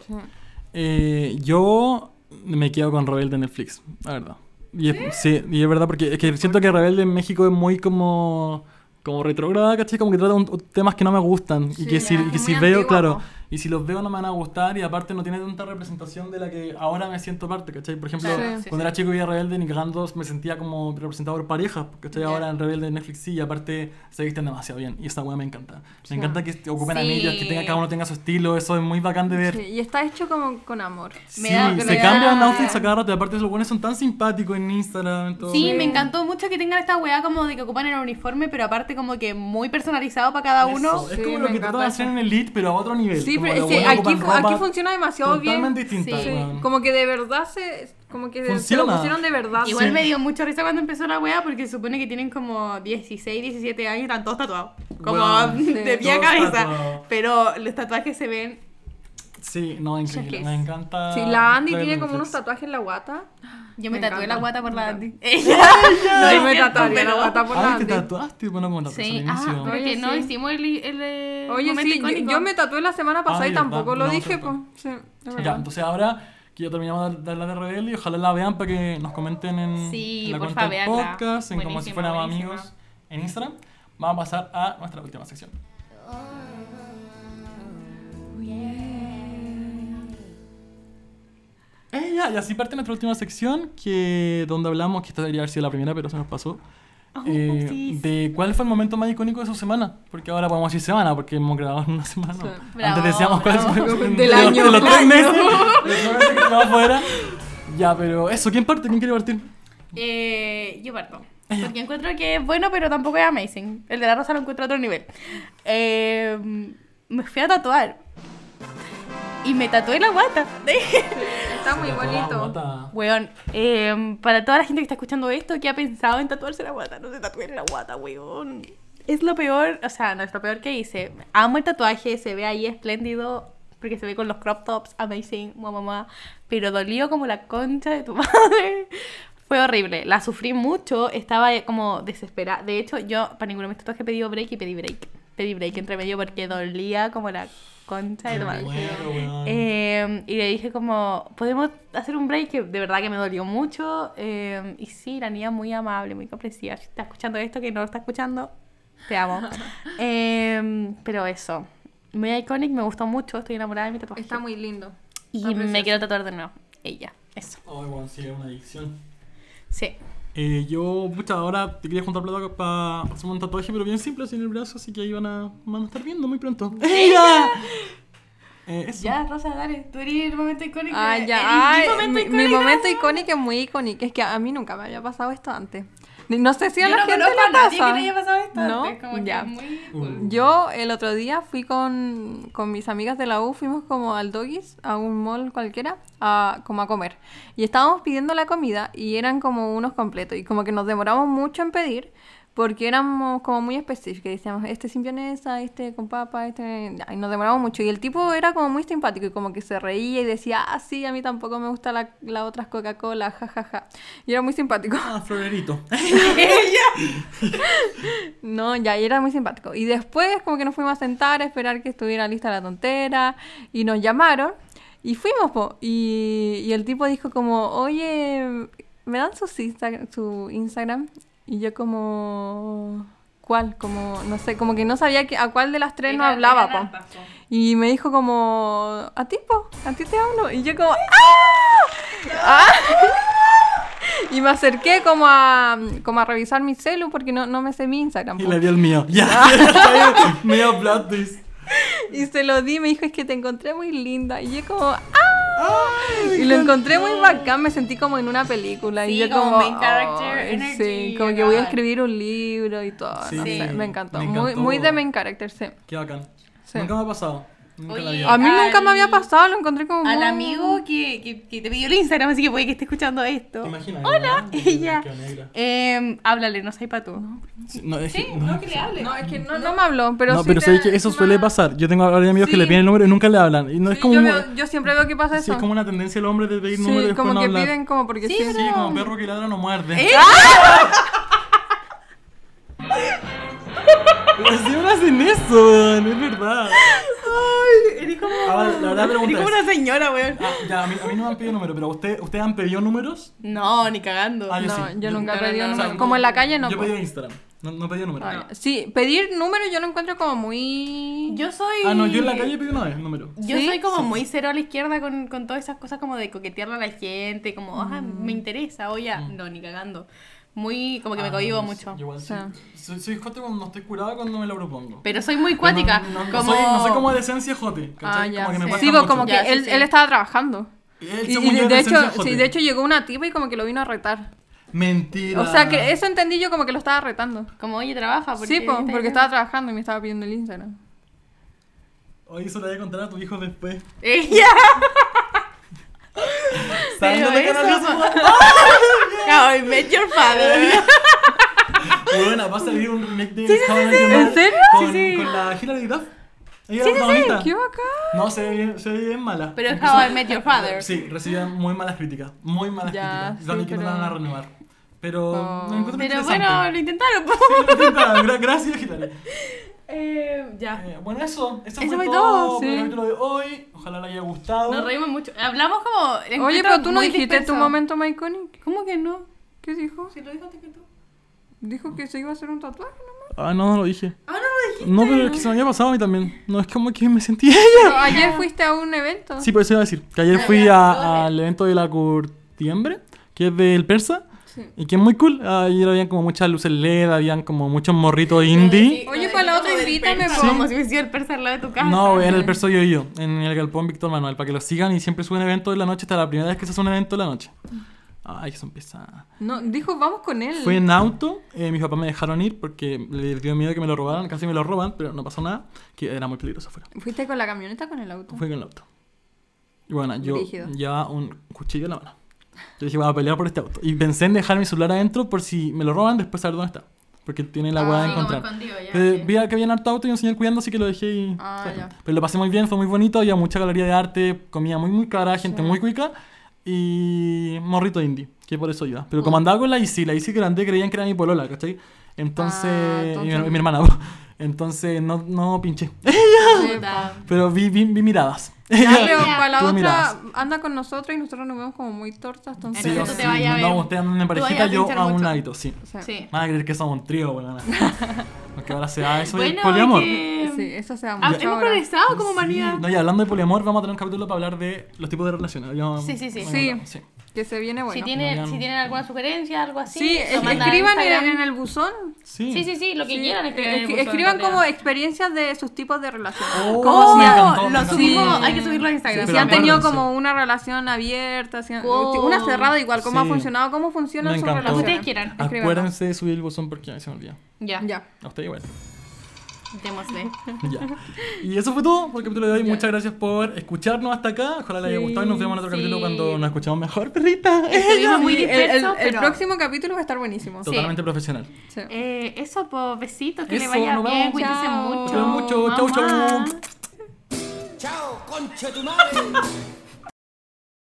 S3: Eh, yo me quedo con Rebelde en Netflix, la verdad. Y es, ¿Sí? y es verdad porque es que siento que Rebelde en México es muy como como retrógrada, ¿cachai? Como que trata un- temas que no me gustan y que si,
S2: ya.
S3: y que
S2: Es
S3: si
S2: muy
S3: veo,
S2: antigua,
S3: claro,
S2: po.
S3: y si los veo no me van a gustar y aparte no tiene tanta representación de la que ahora me siento parte, ¿cachai? Por ejemplo,
S2: Claro,
S1: sí,
S3: cuando era chico y veía Rebelde ni cagando me sentía como representado por parejas, ¿cachai? Ahora en Rebelde en Netflix sí y aparte se visten demasiado bien y esa weá me encanta. Me encanta que ocupen
S1: Sí.
S3: anillos, que tenga, cada uno tenga su estilo, eso es muy bacán de ver.
S2: Sí, y está hecho como con amor.
S1: Me
S3: Sí,
S1: da- me
S3: se
S1: da-
S3: cambian outfits a cada rato. Y aparte, los buenos son tan simpáticos en Instagram. en todo.
S1: Sí, me encantó mucho que tengan esta weá como de que ocupan el uniforme, pero aparte como que muy personalizado para cada
S3: Eso,
S1: uno.
S3: Es
S2: Sí,
S3: como
S2: me
S3: lo que
S2: encanta
S3: tratan de hacer en Elite, pero a otro nivel.
S2: Sí,
S3: como
S2: pero es
S3: los
S2: que
S3: buenos
S2: aquí,
S3: ocupan
S2: fu- aquí
S3: ropa
S2: funciona demasiado bien.
S3: Totalmente distinta,
S1: Sí.
S3: weón.
S2: Como que de verdad se. Como que se- se lo
S3: Funciona.
S2: pusieron de verdad.
S1: Igual
S3: Sí.
S1: me dio mucha risa cuando empezó la weá porque se supone que tienen como 16, 17 años y están todos tatuados. Como
S3: Weón,
S1: <laughs>
S2: sí.
S1: de pie a
S3: Todos
S1: cabeza.
S3: tatuados.
S1: Pero los tatuajes se ven.
S3: Sí, no, increíble.
S2: Cheques.
S3: Me encanta.
S2: Sí, la Andy
S3: Rebelde
S2: tiene como unos
S3: Netflix.
S2: tatuajes en la guata.
S1: Yo me,
S2: Me
S1: tatué
S2: encanta.
S1: la guata por la Andy. <laughs> es
S2: No, yo me
S1: cierto,
S2: tatuaría la
S1: pero-
S2: guata por la
S3: Ay,
S2: Andy.
S3: te tatuaste. Bueno, como tatuaste al
S1: Sí, ah,
S3: inicio.
S1: pero
S2: Oye,
S1: que no
S2: sí.
S1: hicimos el, el, eh,
S2: Oye,
S1: momento
S2: sí, yo,
S1: icónico.
S2: yo me tatué la semana pasada
S3: Ah,
S2: y
S3: ¿verdad?
S2: tampoco lo
S3: No,
S2: dije, pues.
S3: cierto.
S2: Sí, es
S3: Ya,
S2: verdad.
S3: entonces ahora que ya terminamos de dar la de Rebelde, y ojalá la vean para que nos comenten en,
S1: Sí,
S3: en la
S1: porfa,
S3: cuenta del
S1: véanla.
S3: podcast, en como si
S1: Buenísima,
S3: fuéramos
S1: buenísima.
S3: amigos en Instagram. Vamos a pasar a nuestra última sección. Eh, ya, y así parte nuestra última sección, que donde hablamos, que esta debería haber sido la primera, pero se nos pasó. eh,
S1: Oh, sí, sí.
S3: de cuál fue el momento más icónico de su semana, porque ahora podemos decir semana, porque hemos grabado en una <laughs> semana.
S2: Sí.
S1: Bravo,
S3: Antes decíamos cuál
S1: bravo.
S3: fue el-
S2: Del
S3: de los-
S2: año.
S3: de los tres
S2: Del <laughs>
S3: meses, de los tres meses que grabamos fuera. Ya, pero eso, ¿quién parte? ¿Quién quiere partir?
S1: Eh, yo parto. Porque encuentro que es bueno, pero tampoco es amazing. El de la rosa lo encuentro a otro nivel. Eh, me fui a tatuar. Y me tatué la guata. <laughs>
S2: Está Ah, muy bonito.
S1: Weón, em, eh, para toda la gente que está escuchando esto, que ha pensado en tatuarse la guata, no se tatúen la guata, weón. es lo peor, o sea, no es lo peor que hice. Amo el tatuaje, se ve ahí espléndido, porque se ve con los crop tops, amazing, mamá, mamá. Pero dolió como la concha de tu <laughs> madre. Fue horrible, la sufrí mucho, estaba eh, como desesperada. De hecho, yo para ninguno de mis tatuajes pedí break y pedí break. Pedí break entre medio porque dolía como la concha de tu madre.
S3: Muero, weón.
S1: Eh, y le dije como, podemos hacer un break que de verdad que me dolió mucho. Eh, y sí, la niña muy amable, muy comprensiva. Si está escuchando esto, que no lo está escuchando, te amo. Eh, pero eso, muy iconic, me gustó mucho, estoy enamorada de mi tatuaje.
S2: Está muy lindo.
S1: y
S2: está
S1: me
S2: precioso.
S1: quiero tatuar de nuevo. Ella, eso.
S3: Ay, weón, Oh, sí, es una adicción.
S1: Sí.
S3: Eh, yo, pucha, ahora te quería juntar plata para hacerme un tatuaje, pero bien simple, así en el brazo, así que ahí van a, van a estar viendo
S2: <laughs>
S3: muy pronto. ¡Ella! Eh, eso.
S1: Ya, Rosa, dale, tú eres el momento icónico.
S2: Ah, ya. Ay, mi, mi momento icónico es muy icónico. Es que a mí nunca me había pasado esto antes. Ni- No sé si a
S1: Yo
S2: la
S1: no
S2: gente
S1: conozco a
S2: le
S1: nadie que
S2: pasa.
S1: le haya pasado esto.
S2: No,
S1: antes, como que
S2: ya.
S1: es muy
S3: Uh.
S2: Yo el otro día fui con, con mis amigas de la U, fuimos como al Doggies, a un mall cualquiera, a, como a comer. Y estábamos pidiendo la comida y eran como unos completos. Y como que nos demoramos mucho en pedir porque éramos como muy específicos. Decíamos, este sin vienesa, este con papa, este... ya, Y nos demoramos mucho. Y el tipo era como muy simpático y como que se reía y decía, ah, sí, a mí tampoco me gusta la, la otra Coca-Cola, jajaja. Y era muy simpático.
S3: Ah, florerito.
S2: No, ya, y era muy simpático. Y después como que nos fuimos a sentar a esperar que estuviera lista la tontera y nos llamaron y fuimos, po. Y, y el tipo dijo como, oye, ¿me dan sus Insta- su Instagram? Y yo como, ¿cuál? Como, no sé, como que no sabía que- a cuál de las tres no hablaba, po. Y me dijo como, a ti, po, a ti te hablo. Y yo como, ¡ah! ¡Ah! <laughs> Y me acerqué como a, como a revisar mi celu porque no, no me sé mi Instagram.
S3: Y
S2: po.
S3: le di el mío. Ya. <laughs> Medio plot twist.
S2: Y se lo di, me dijo, es que te encontré muy linda. Y yo como, ¡ah! Y lo encontré muy bacán, me sentí como en una película. y
S1: Sí,
S2: yo
S1: como
S2: como,
S1: main character
S2: "Ay,
S1: energy,
S2: sí, como que voy a
S1: bacán".
S2: escribir un libro y todo.
S3: Sí,
S2: no sé, me encantó.
S3: me
S2: Muy,
S3: encantó.
S2: muy de main character, sí.
S3: Qué bacán.
S2: Sí.
S3: Nunca me ha pasado. Nunca la
S1: Oye,
S3: había.
S2: A mí nunca me había
S1: Al-
S2: pasado, lo encontré como
S1: Al
S2: muy-
S1: amigo que, que, que te pidió el Instagram, así que puede que esté escuchando esto.
S3: ¿Te imaginas? Hola,
S1: ella. Eh, háblale, no sé para tú.
S3: No, es que-
S1: que le hable.
S2: No, es que no, no me habló, pero
S3: no,
S2: sí
S3: pero
S2: te-
S3: sabes que eso
S2: sí me-
S3: suele pasar. Yo tengo ahora amigos que
S2: Sí.
S3: le piden el número y nunca le hablan. Y no
S2: Sí,
S3: es como
S2: yo,
S3: un-
S2: veo- yo siempre veo que pasa
S3: sí,
S2: eso.
S3: es como una tendencia del hombre de pedir
S2: Sí,
S3: número y después
S2: como
S3: no
S2: que
S3: hablar.
S2: piden ¿Eh? como porque sí.
S3: Sí, como perro que ladra no muerde. <laughs> Las señoras Pues hacen eso, weón, es verdad.
S1: Ay, eres como.
S3: Ahora, la verdad pregunta
S1: eres como
S3: es-
S1: una señora, weón.
S3: Ah, ya, a mí, a mí no me han pedido número, pero ¿usted, ¿ustedes han pedido números?
S1: No, ni cagando.
S3: Ah, yo
S2: No,
S3: sí.
S2: yo nunca he
S1: No, no,
S2: pedido
S1: no,
S2: número.
S1: no.
S2: Como en la calle no. pues.
S3: Yo
S2: po.
S3: pedí Instagram, no, no pedí número.
S2: Ah, Sí, pedir número yo lo encuentro como muy...
S1: Yo soy.
S3: Ah, no, yo en la calle pedí una vez número.
S1: Yo
S2: ¿Sí?
S1: soy como muy cero a la izquierda con, con todas esas cosas como de coquetearle a la gente, como, ah,
S2: Mm.
S1: me interesa, oye, no, ni cagando. Muy, como que me
S3: Mm. Ah,
S1: cohibo
S3: no,
S1: mucho.
S3: sí, Igual sí.
S2: Ah.
S3: Soy, soy jote cuando no estoy curada cuando me lo propongo.
S1: Pero soy muy cuática.
S3: No, no, no
S1: como...
S3: soy, no soy como de esencia jote.
S2: Ah,
S3: ¿cachai?
S2: ya.
S3: Como que me
S2: sí.
S3: cuesta
S2: Sí, pues,
S3: mucho.
S2: como que
S1: Ya, sí,
S2: él,
S1: sí.
S2: él estaba trabajando.
S3: Él,
S2: Y,
S3: según
S2: y
S3: yo,
S2: de,
S3: es esencia
S2: hecho,
S3: jote.
S2: sí, de hecho llegó una tipa y como que lo vino a retar.
S3: Mentira.
S2: O sea, que eso entendí yo como que lo estaba retando.
S1: Como, oye, trabaja.
S2: Sí, po,
S1: estás
S2: Ah, porque
S1: acá?"
S2: estaba trabajando y me estaba pidiendo el Instagram.
S3: Oye, eso lo voy a contar a tu hijo después.
S1: <laughs> Ella.
S3: <laughs> Saliendo de
S1: eso,
S3: canal
S1: ma- How I met your
S3: <laughs>
S1: father.
S3: Bueno, va a salir un remake de How I Met Your Mother
S2: ¿En serio?
S3: Con,
S1: Sí, sí.
S3: con la Hilary Duff. Ella
S2: Sí,
S3: era la
S2: sí, sí,
S3: protagonista.
S2: qué bacán.
S3: No, se ve bien, se ve bien mala.
S1: Pero es How I met your father.
S3: Sí, recibía muy malas críticas. Muy malas
S2: Ya,
S3: críticas. También
S2: sí,
S3: que no la
S2: pero-
S3: van a renovar. Pero
S2: Oh.
S3: lo encuentro
S1: Pero
S3: interesante.
S1: bueno, lo intentaron. po.
S3: Gra- Gracias, Hilary.
S1: Eh, ya.
S3: Eh, bueno, eso. Eso,
S1: Eso fue
S3: fue todo,
S2: todo,
S3: por el
S2: sí.
S3: capítulo de hoy. Ojalá le haya gustado.
S1: Nos reímos mucho. Hablamos como.
S2: Oye,
S1: encuentro
S2: pero tú no
S1: muy
S2: dijiste
S1: disperso.
S2: tu momento más icónico.
S1: ¿Cómo que no?
S2: ¿Qué dijo?
S1: Si lo dijo antes que tú.
S2: Dijo que se iba a hacer un tatuaje nomás.
S3: Ah, no, no lo dije.
S1: Ah, no lo dijiste.
S3: No, pero es que se me había pasado a mí también. No, es como que me sentí ella.
S2: Pero ayer fuiste a un evento.
S3: Sí, por eso iba a decir. Que ayer fui a- al evento de la curtiembre, que es del persa.
S2: Sí.
S3: Y que es muy cool. Ayer habían como muchas luces LED, habían como muchos morritos indie.
S2: Oye, para la otra invítame,
S3: Sí.
S1: Como si hubiese sido el persa al lado de tu casa.
S3: No, en el persa yo y yo, en el galpón Víctor Manuel, para que lo sigan y siempre suben eventos de la noche. Esta es la primera vez que se hace un evento de la noche. Ay, que son pesadas.
S2: No, dijo, vamos con él.
S3: Fui en auto, eh, mis papás me dejaron ir porque les dio miedo que me lo robaran, casi me lo roban, pero no pasó nada, que era muy peligroso afuera.
S2: ¿Fuiste con la camioneta o con el auto?
S3: Fui con el auto. Y bueno, yo
S2: Brígido.
S3: llevaba un cuchillo en la mano. Yo dije, voy a pelear por este auto. Y pensé en dejar mi celular adentro por si me lo roban, después saber dónde está. Porque tiene la
S2: Ah,
S3: weá de
S2: sí, como
S3: encontrar.
S1: escondido, ya,
S3: Eh,
S1: sí.
S3: Vi que había harto auto y un señor cuidando, así que lo dejé y...
S2: Ah,
S3: <laughs>
S2: ya.
S3: Pero lo pasé muy bien, fue muy bonito, había mucha galería de arte, comida muy muy cara, gente muy cuica y morrito indie, que por eso iba. Pero
S1: Mm.
S3: como andaba con la Isi, la Isi grande creían que era mi polola, ¿cachai? Entonces...
S2: Ah,
S3: y mi-
S2: entonces-
S3: mi, hermana. <laughs> Entonces no, no pinché. <laughs>
S1: Puta.
S3: Pero vi, vi, vi miradas. <laughs>
S1: Ah,
S2: Ya, pero para la
S3: Tuve
S2: otra
S3: miradas.
S2: anda con nosotros y nosotros nos vemos como muy tortas, entonces.
S1: Entonces tú te vayas a ver.
S3: no, ustedes andan en
S1: Tú vayas
S3: parejita,
S1: a
S3: yo
S2: pinchar
S3: a un
S2: mucho.
S3: ladito, sí.
S2: o sea,
S1: Sí.
S3: Van a creer que somos un
S1: <laughs>
S3: trío, bueno, Porque ahora se da eso
S1: Bueno,
S3: y poliamor.
S1: que-
S2: Sí, eso se da
S1: Ah,
S2: mucho
S1: hemos
S2: ahora.
S1: progresado como
S3: Sí.
S1: humanidad.
S3: No, y hablando de poliamor, vamos a tener un capítulo para hablar de los tipos de relaciones. Habíamos-
S1: Sí, sí, sí.
S3: habíamos
S2: Sí.
S3: hablado, sí.
S2: Que se viene
S1: Si,
S2: bueno. Sí,
S3: Bueno,
S1: tienen,
S3: ya
S1: si
S3: no.
S1: tienen alguna sugerencia, algo así,
S2: es-
S1: lo mandan a
S2: escriban en,
S1: Instagram.
S2: en el buzón.
S3: Sí.
S1: Sí, sí, sí, lo que
S2: Sí.
S1: quieran. escriban en el
S2: Escri-
S1: buzón,
S2: escriban
S1: en
S2: como
S1: realidad.
S2: experiencias de sus tipos de relaciones.
S3: Oh,
S2: ¿Cómo
S3: me
S2: se-
S3: encantó, me
S1: lo
S3: encantó.
S1: subimos,
S2: Sí.
S1: hay que subirlo a Instagram.
S3: Sí,
S2: si han
S3: pero
S2: tenido
S3: acuérdense.
S2: como una relación abierta, si han-
S1: Oh.
S2: una cerrada igual, cómo
S3: Sí.
S2: ha funcionado, cómo funcionan
S3: Me
S2: sus
S3: encantó.
S2: relaciones.
S1: Lo que ustedes quieran.
S2: Escríbanlo.
S3: Acuérdense de subir el buzón porque a mí se me olvida.
S1: Ya, ya,
S2: Ya.
S3: A usted igual. <laughs>
S1: démosle.
S3: Ya. Y eso fue todo por el capítulo de hoy. Muchas gracias por escucharnos hasta acá. Ojalá les haya
S2: Sí,
S3: gustado y nos vemos en otro
S1: sí.
S3: capítulo cuando nos escuchamos mejor, perrita.
S1: Estuvimos muy
S2: Sí, el- el-
S1: dispersos,
S2: el,
S1: pero-
S2: próximo capítulo va a estar buenísimo.
S3: Totalmente profesional.
S2: Sí.
S1: Eh, eso, pues, besitos, que le
S3: Eso,
S1: vaya
S3: nos
S1: bien,
S3: vemos.
S1: cuídense
S2: Chao.
S1: mucho.
S3: Te quiero mucho. Chau, chau.
S1: Mamá.
S5: Chao, conche tu madre.